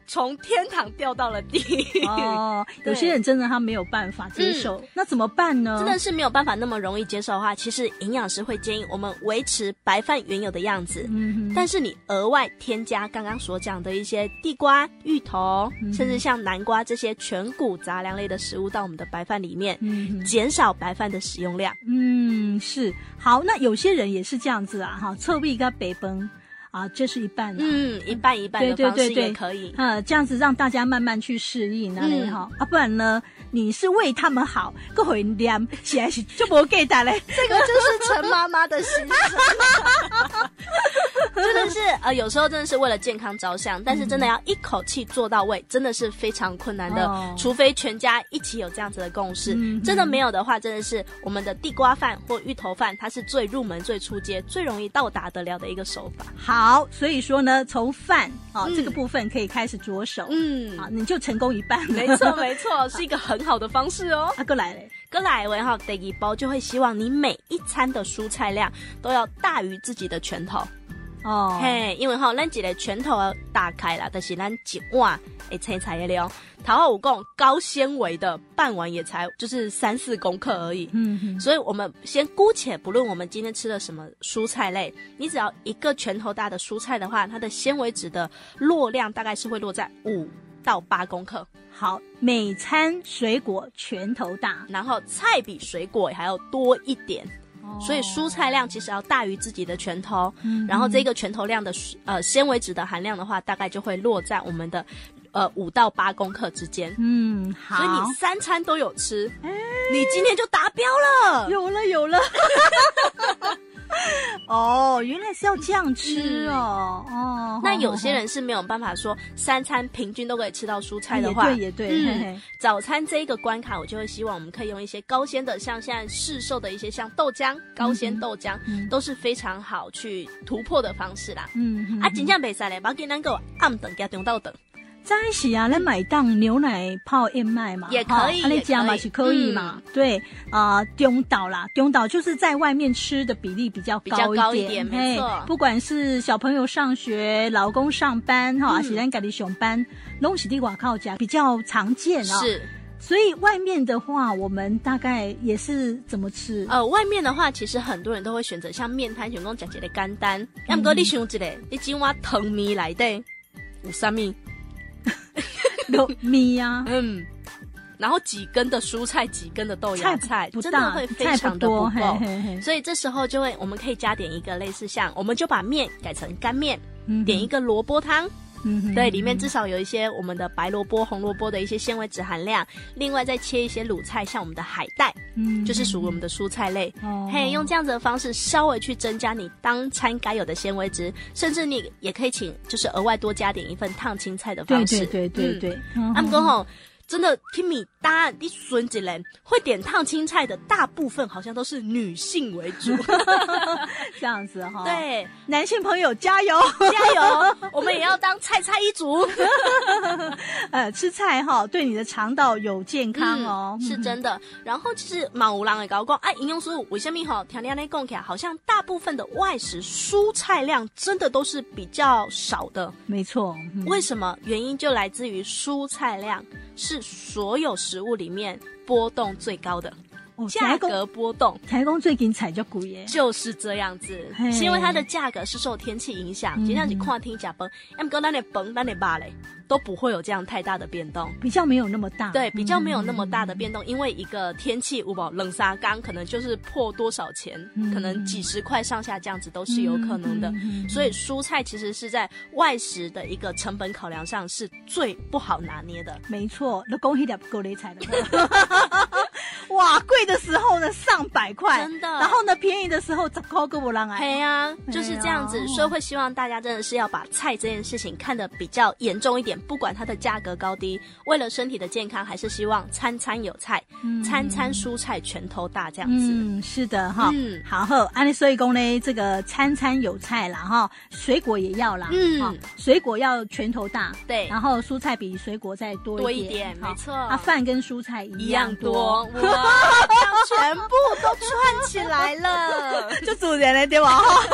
Speaker 1: 从天堂掉到了地。
Speaker 6: 哦，有
Speaker 1: 对嗯
Speaker 6: 些人真的他没有办法接受，那怎么办呢？
Speaker 1: 真的是没有办法那么容易接受的话，其实营养师会建议我们维持白饭原有的样子，
Speaker 6: 嗯哼，
Speaker 1: 但是你额外添加刚刚所讲的一些地瓜、芋头，
Speaker 6: 嗯
Speaker 1: 甚至像南瓜这些全谷杂粮类的食物到我们的白饭里面，
Speaker 6: 嗯哼
Speaker 1: 减少白饭的使用量。
Speaker 6: 嗯，是好。那有些人也是这样子啊，哈，侧壁跟北崩啊，这是一半、啊。
Speaker 1: 嗯，一半一半
Speaker 6: 对
Speaker 1: 的
Speaker 6: 对
Speaker 1: 方
Speaker 6: 对
Speaker 1: 式
Speaker 6: 对
Speaker 1: 也可以。
Speaker 6: 呃，这样子让大家慢慢去适应那里
Speaker 1: 嗯
Speaker 6: 哈啊，不然呢，你是为他们好，各回念起来是就不给打嘞。
Speaker 1: 这个就是陈妈妈的心声， 真的是呃，有时候真的是为了健康着想，但是
Speaker 6: 嗯
Speaker 1: 真的要一口气做到位，真的是非常困难的，
Speaker 6: 哦
Speaker 1: 除非全家一起有这样子的共识。
Speaker 6: 嗯
Speaker 1: 真的没有的话，真的是我们的地瓜饭或芋头饭，它是最入门、最出街、最容易到达得了的一个手法。
Speaker 6: 好，所以说呢，从饭啊、
Speaker 1: 嗯
Speaker 6: 这个部分可以开始着手，
Speaker 1: 嗯
Speaker 6: 啊，你就成功一半。
Speaker 1: 没错，没错，是一个很好的方式哦。
Speaker 6: 啊，过来嘞，
Speaker 1: 格莱维哈第一包就会希望你每一餐的蔬菜量都要大于自己的拳头。
Speaker 6: 哦，
Speaker 1: 嘿，因为吼，咱一个拳头啊打开啦，但是咱一碗会青菜的量，头下有讲高纤维的半碗也才就是三四公克而已。
Speaker 6: 嗯哼，
Speaker 1: 所以，我们先姑且不论我们今天吃了什么蔬菜类，你只要一个拳头大的蔬菜的话，它的纤维质的落量大概是会落在五到八公克，
Speaker 6: 好，每餐水果拳头大，
Speaker 1: 然后菜比水果还要多一点，所以蔬菜量其实要大于自己的拳头。
Speaker 6: 哦嗯
Speaker 1: 然后这个拳头量的蔬呃纤维质的含量的话，大概就会落在我们的呃五到八公克之间。
Speaker 6: 嗯，好，哎
Speaker 1: 所以你三餐都有吃，你今天就达标了。
Speaker 6: 有了有了。 哦，原来是要这样吃哦，哦。
Speaker 1: 那
Speaker 6: 好
Speaker 1: 有些人是没有办法说三餐平均都可以吃到蔬
Speaker 6: 好
Speaker 1: 菜
Speaker 6: 也
Speaker 1: 的话
Speaker 6: 对，也对，
Speaker 1: 嗯
Speaker 6: 嘿嘿
Speaker 1: 早餐这一个关卡，我就会希望我们可以用一些高纤的，像现在市售的一些像豆浆、高纤豆浆，
Speaker 6: 嗯
Speaker 1: 都是非常好去突破的方式啦。
Speaker 6: 嗯哼
Speaker 1: 啊，真正袂使嘞，要紧咱个暗等加中到等。
Speaker 6: 在一起啊，来买当牛奶泡燕麦嘛，
Speaker 1: 也可以嗯
Speaker 6: 哈啊
Speaker 1: 也
Speaker 6: 你家嘛
Speaker 1: 可以
Speaker 6: 是可以嘛，对，啊，中岛啦，中岛就是在外面吃的比例比较
Speaker 1: 比较
Speaker 6: 高
Speaker 1: 高一点
Speaker 6: 嘿
Speaker 1: 没错
Speaker 6: 不管是小朋友上学、老公上班
Speaker 1: 嗯
Speaker 6: 哈，还是咱家里上班，拢是地外靠家比较常见啊，，
Speaker 1: 是。
Speaker 6: 所以外面的话，我们大概也是怎么吃？
Speaker 1: 呃，外面的话，其实很多人都会选择像面摊，选讲食一个简
Speaker 6: 嗯
Speaker 1: 单。要么过你想一个，你今晚汤面来底有啥物？
Speaker 6: 有米啊，
Speaker 1: 嗯，然后几根的蔬菜，几根的豆芽菜，
Speaker 6: 不
Speaker 1: 真的
Speaker 6: 大
Speaker 1: 会，非
Speaker 6: 菜
Speaker 1: 常的
Speaker 6: 多，
Speaker 1: 不
Speaker 6: 嘿
Speaker 1: 够。
Speaker 6: 嘿嘿
Speaker 1: 所以这时候就会，我们可以加点一个类似像，我们就把面改成干面，
Speaker 6: 嗯
Speaker 1: 点一个萝卜汤，
Speaker 6: 嗯哼
Speaker 1: 对，里面至少有一些我们的白萝卜、红萝卜的一些纤维质含量。另外再切一些卤菜，像我们的海带，
Speaker 6: 嗯
Speaker 1: 就是属于我们的蔬菜类。
Speaker 6: 哦
Speaker 1: 嘿，用这样子的方式稍微去增加你当餐该有的纤维质，甚至你也可以请就是额外多加点一份烫青菜的
Speaker 6: 对
Speaker 1: 方式。
Speaker 6: 对对对
Speaker 1: 嗯
Speaker 6: 对，
Speaker 1: 他们讲吼，真的 Kimi 答案你孙子人会点烫青菜的大部分好像都是女性为主，
Speaker 6: 这样子哈，，
Speaker 1: 对，
Speaker 6: 男性朋友加油！
Speaker 1: 加油，我们也要当菜菜一族，
Speaker 6: 呃，吃菜哈，对你的肠道有健康哦
Speaker 1: 嗯，是
Speaker 6: 嗯
Speaker 1: 真的。然后其实嘛，有人会搞讲，哎，营养素为什么吼？听你安尼讲起来，好像大部分的外食蔬菜量真的都是比较少的，
Speaker 6: 没错，嗯
Speaker 1: 为什么？原因就来自于蔬菜量是所有食物里面波动最高的，
Speaker 6: 哦
Speaker 1: 价
Speaker 6: 听讲
Speaker 1: 格波动。
Speaker 6: 台公最近采就贵耶，
Speaker 1: 就是这样子
Speaker 6: 嘿，
Speaker 1: 是因为它的价格是受天气影响，就像你看天啊假崩，那么跟咱的崩、咱的巴嘞，都不会有这样太大的变动。
Speaker 6: 比较没有那么大，嗯
Speaker 1: 对，比较没有那么大的变动，因为一个天气五宝冷沙缸可能就是破多少钱，可能几十块上下这样子都
Speaker 6: 嗯
Speaker 1: 是有可能的。所以蔬菜其实是在外食的一个成本考量上是最不好拿捏的。
Speaker 6: 没错，那恭喜两够雷彩的。 哇，贵的时候呢上百块，
Speaker 1: 真的
Speaker 6: 哎然后呢便宜的时候十块够不让哎，
Speaker 1: 嘿呀、就是这样子，所以会希望大家真的是要把菜这件事情看得比较严重一点，不管它的价格高低，为了身体的健康，还是希望餐餐有菜，餐餐蔬菜拳头大这样子。
Speaker 6: 嗯，是的哈，
Speaker 1: 嗯
Speaker 6: 好后，安利所以公呢，这个餐餐有菜啦哈，水果也要啦，
Speaker 1: 嗯
Speaker 6: 哈水果要拳头大，
Speaker 1: 对
Speaker 6: 然后蔬菜比水果再多
Speaker 1: 多
Speaker 6: 一
Speaker 1: 一点
Speaker 6: 哈
Speaker 1: 没错
Speaker 6: 啊，饭跟蔬菜一
Speaker 1: 一样多
Speaker 6: 多，，
Speaker 1: 哇，这样全部都串起来了。
Speaker 6: 就主人了，对吧？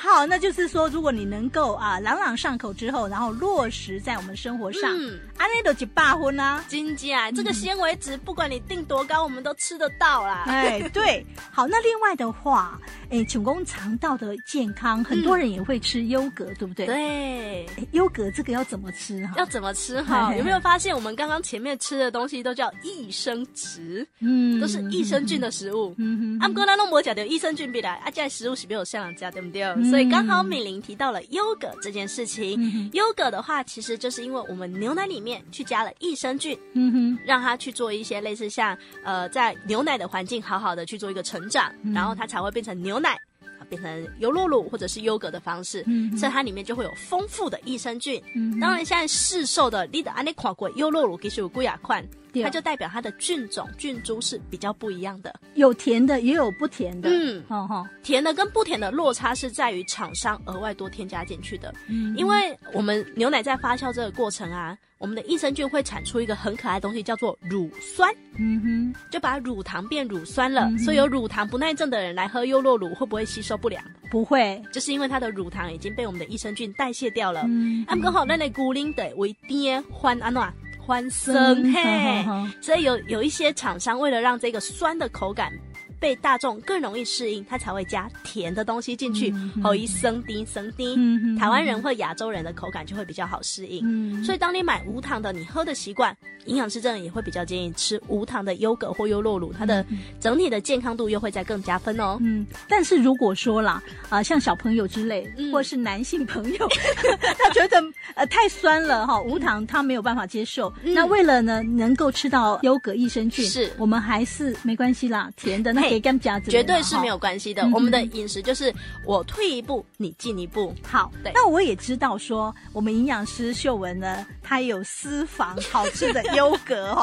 Speaker 6: 好，那就是说，如果你能够啊朗朗上口之后，然后落实在我们生活上，
Speaker 1: 嗯
Speaker 6: 安利都几罢婚 啦。
Speaker 1: 金姐啊，这个纤维值不管你定多高，我们都吃得到啦。
Speaker 6: 哎，对，好，那另外的话，哎，请供肠道的健康，很多人也会吃优格，对不对？
Speaker 1: 对，
Speaker 6: 哎，优格这个要怎么吃哈、
Speaker 1: 要怎么吃哈？
Speaker 6: 嘿
Speaker 1: 有没有发现我们刚刚前面吃的东西都叫益生值，
Speaker 6: 嗯
Speaker 1: 都是益生菌的食物？啊
Speaker 6: 嗯
Speaker 1: 阿姆哥拉弄我讲的益生菌比来，啊，这些食物是没有像人家，对不对？所以刚好敏玲提到了优格这件事
Speaker 6: 嗯
Speaker 1: 情。优格的话，其实就是因为我们牛奶里面去加了益生菌，
Speaker 6: 嗯哼，
Speaker 1: 让它去做一些类似像呃，在牛奶的环境好好的去做一个成长，然后它才会变成牛奶。啊变成优酪乳或者是优格的方式，所以它里面就会有丰富的益生菌。当然，现在市售的你的安利款过优酪乳其实有贵亚款，
Speaker 6: 对
Speaker 1: 它就代表它的菌种菌株是比较不一样的。
Speaker 6: 有甜的也有不甜的，
Speaker 1: 嗯
Speaker 6: 哦哈，
Speaker 1: 甜的跟不甜的落差是在于厂商额外多添加进去的，
Speaker 6: 嗯
Speaker 1: 因为我们牛奶在发酵这个过程啊，我们的益生菌会产出一个很可爱的东西，叫做乳酸，
Speaker 6: 嗯
Speaker 1: 就把乳糖变乳酸了。所以有乳糖不耐症的人来喝优酪乳会不会吸收不良？
Speaker 6: 哼，不会，
Speaker 1: 就是因为它的乳糖已经被我们的益生菌代谢掉了。
Speaker 6: 嗯
Speaker 1: 啊，刚好那类固丁的为爹欢安诺欢生嘿，所以有有一些厂商为了让这个酸的口感被大众更容易适应，它才会加甜的东西进去，好一生低生低
Speaker 6: 嗯哼，
Speaker 1: 台湾人或亚洲人的口感就会比较好适应。
Speaker 6: 嗯，
Speaker 1: 所以，当你买无糖的，你喝的习惯，营养师真的也会比较建议吃无糖的优格或优酪乳，它的整体的健康度又会再更加分哦。
Speaker 6: 嗯，但是如果说啦，啊、像小朋友之类，
Speaker 1: 嗯
Speaker 6: 或是男性朋友， 他觉得呃太酸了哈，无糖他没有办法接受。那为了呢能够吃到优格益生菌，
Speaker 1: 嗯是
Speaker 6: 我们还是没关系啦，甜的那
Speaker 1: 嘿
Speaker 6: 给干夹子，
Speaker 1: 绝对是没有关系的。
Speaker 6: 嗯
Speaker 1: 我们的饮食就是我退一步，你进一步。
Speaker 6: 好，
Speaker 1: 对
Speaker 6: 那我也知道说，我们营养师秀文呢，她也有私房好吃的优格 哦。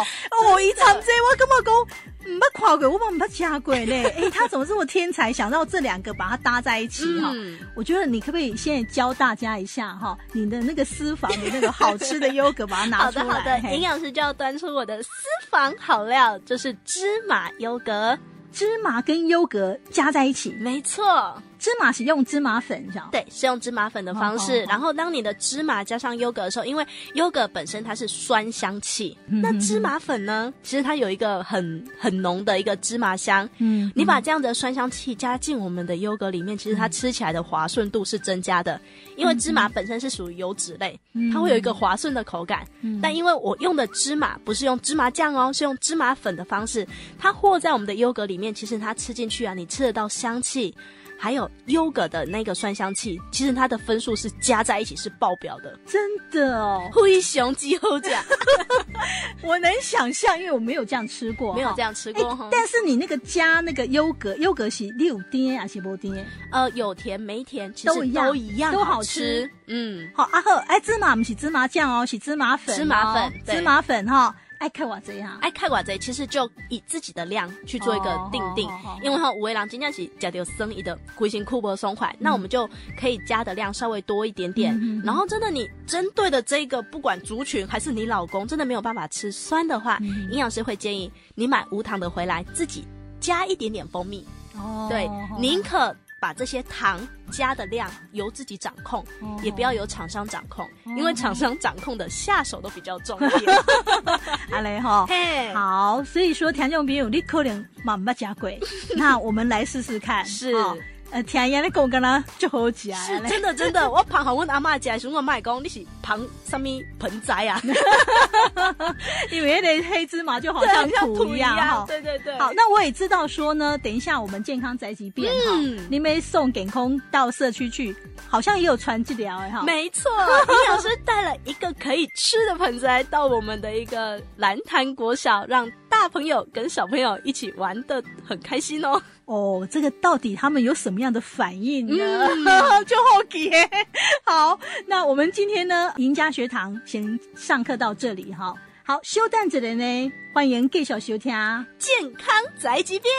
Speaker 6: 哦，一尝这我根本讲，没看过，我们没吃过嘞。哎，她怎么这么天才，想到这两个把它搭在一起哈、
Speaker 1: 嗯
Speaker 6: 我觉得你可不可以现在教大家一下哈、你的那个私房的那个好吃的优格，把它拿
Speaker 1: 好
Speaker 6: 出来。
Speaker 1: 的好的，
Speaker 6: 嘿
Speaker 1: 营养师就要端出我的私房好料，就是芝麻优格。
Speaker 6: 芝麻跟优格加在一起，
Speaker 1: 没错，
Speaker 6: 芝麻是用芝麻粉，是吧？
Speaker 1: 对，是用芝麻粉的方
Speaker 6: 哦
Speaker 1: 式。
Speaker 6: 哦哦
Speaker 1: 然后当你的芝麻加上优格的时候，因为优格本身它是酸香气，
Speaker 6: 嗯
Speaker 1: 那芝麻粉呢，其实它有一个很很浓的一个芝麻香。
Speaker 6: 嗯
Speaker 1: 你把这样的酸香气加进我们的优格里面，其实它吃起来的滑顺度是增加的，因
Speaker 6: 嗯
Speaker 1: 为芝麻本身是属于油脂类，它会有一个滑顺的口感。
Speaker 6: 嗯
Speaker 1: 但因为我用的芝麻不是用芝麻酱哦，是用芝麻粉的方式，它和在我们的优格里面，其实它吃进去啊，你吃得到香气。还有优格的那个酸香气，其实它的分数是加在一起是爆表的，
Speaker 6: 真的哦，
Speaker 1: 灰熊几乎这 样，
Speaker 6: 我能想象，因为我没有这样吃过，
Speaker 1: 没有
Speaker 6: 哈
Speaker 1: 这。样吃
Speaker 6: 哎
Speaker 1: 过哦哈。
Speaker 6: 但是你那个加那个优格，优格是六丁还是波丁？
Speaker 1: 呃，有甜没甜，其实
Speaker 6: 都一样
Speaker 1: 都一样，
Speaker 6: 都好
Speaker 1: 吃
Speaker 6: 吃。
Speaker 1: 嗯，
Speaker 6: 好，阿赫，哎，芝麻不是芝麻酱哦，是芝麻粉哦，哎
Speaker 1: 芝麻粉对
Speaker 6: 芝麻粉哈，爱看我这样。
Speaker 1: 爱看寡贼，其实就以自己的量去做一个定定，
Speaker 6: 哦好好好
Speaker 1: 因为哈五位郎今天是加掉生意的龟形库珀松款，那我们就可以加的量稍微多一点
Speaker 6: 嗯
Speaker 1: 点。
Speaker 6: 嗯嗯嗯
Speaker 1: 然后真的你针对的这个，不管族群还是你老公，真的没有办法吃酸的话，
Speaker 6: 嗯
Speaker 1: 营养师会建议你买无糖的回来，自己加一点点蜂蜜，
Speaker 6: 哦
Speaker 1: 对，
Speaker 6: 好
Speaker 1: 宁可。把这些糖加的量由自己掌控，
Speaker 6: 哦
Speaker 1: 也不要由厂商掌控，因为厂商掌控的下手都比较重一点。
Speaker 6: 好嘞哦哈。
Speaker 1: 嘿
Speaker 6: 好，所以说听众朋友，你可能嘛没加过，那我们来试试 看。
Speaker 1: 是
Speaker 6: 哦呃，甜盐的狗干啦就好吃啊。
Speaker 1: 是真的真的，我旁好阮阿嬷食，时候，我妈会讲你是旁什么盆栽啊，
Speaker 6: 因为那个黑芝麻就 好
Speaker 1: 对
Speaker 6: 像
Speaker 1: 很像
Speaker 6: 土
Speaker 1: 土
Speaker 6: 一
Speaker 1: 一
Speaker 6: 样哈
Speaker 1: 样，。对对对。
Speaker 6: 好，那我也知道说呢，等一下我们健康宅急便哈，
Speaker 1: 嗯
Speaker 6: 你们送给空到社区去，好像也有传治疗哎哈。
Speaker 1: 没错，营养师带了一个可以吃的盆栽到我们的一个蓝潭国小，让大朋友跟小朋友一起玩的很开心哦。
Speaker 6: 哦，这个到底他们有什么样的反应呢？ 就好奇耶。好，那我们今天呢，赢家学堂先上课到这里哈。好，休蛋子的呢，欢迎继续收听。
Speaker 1: 健康宅急便。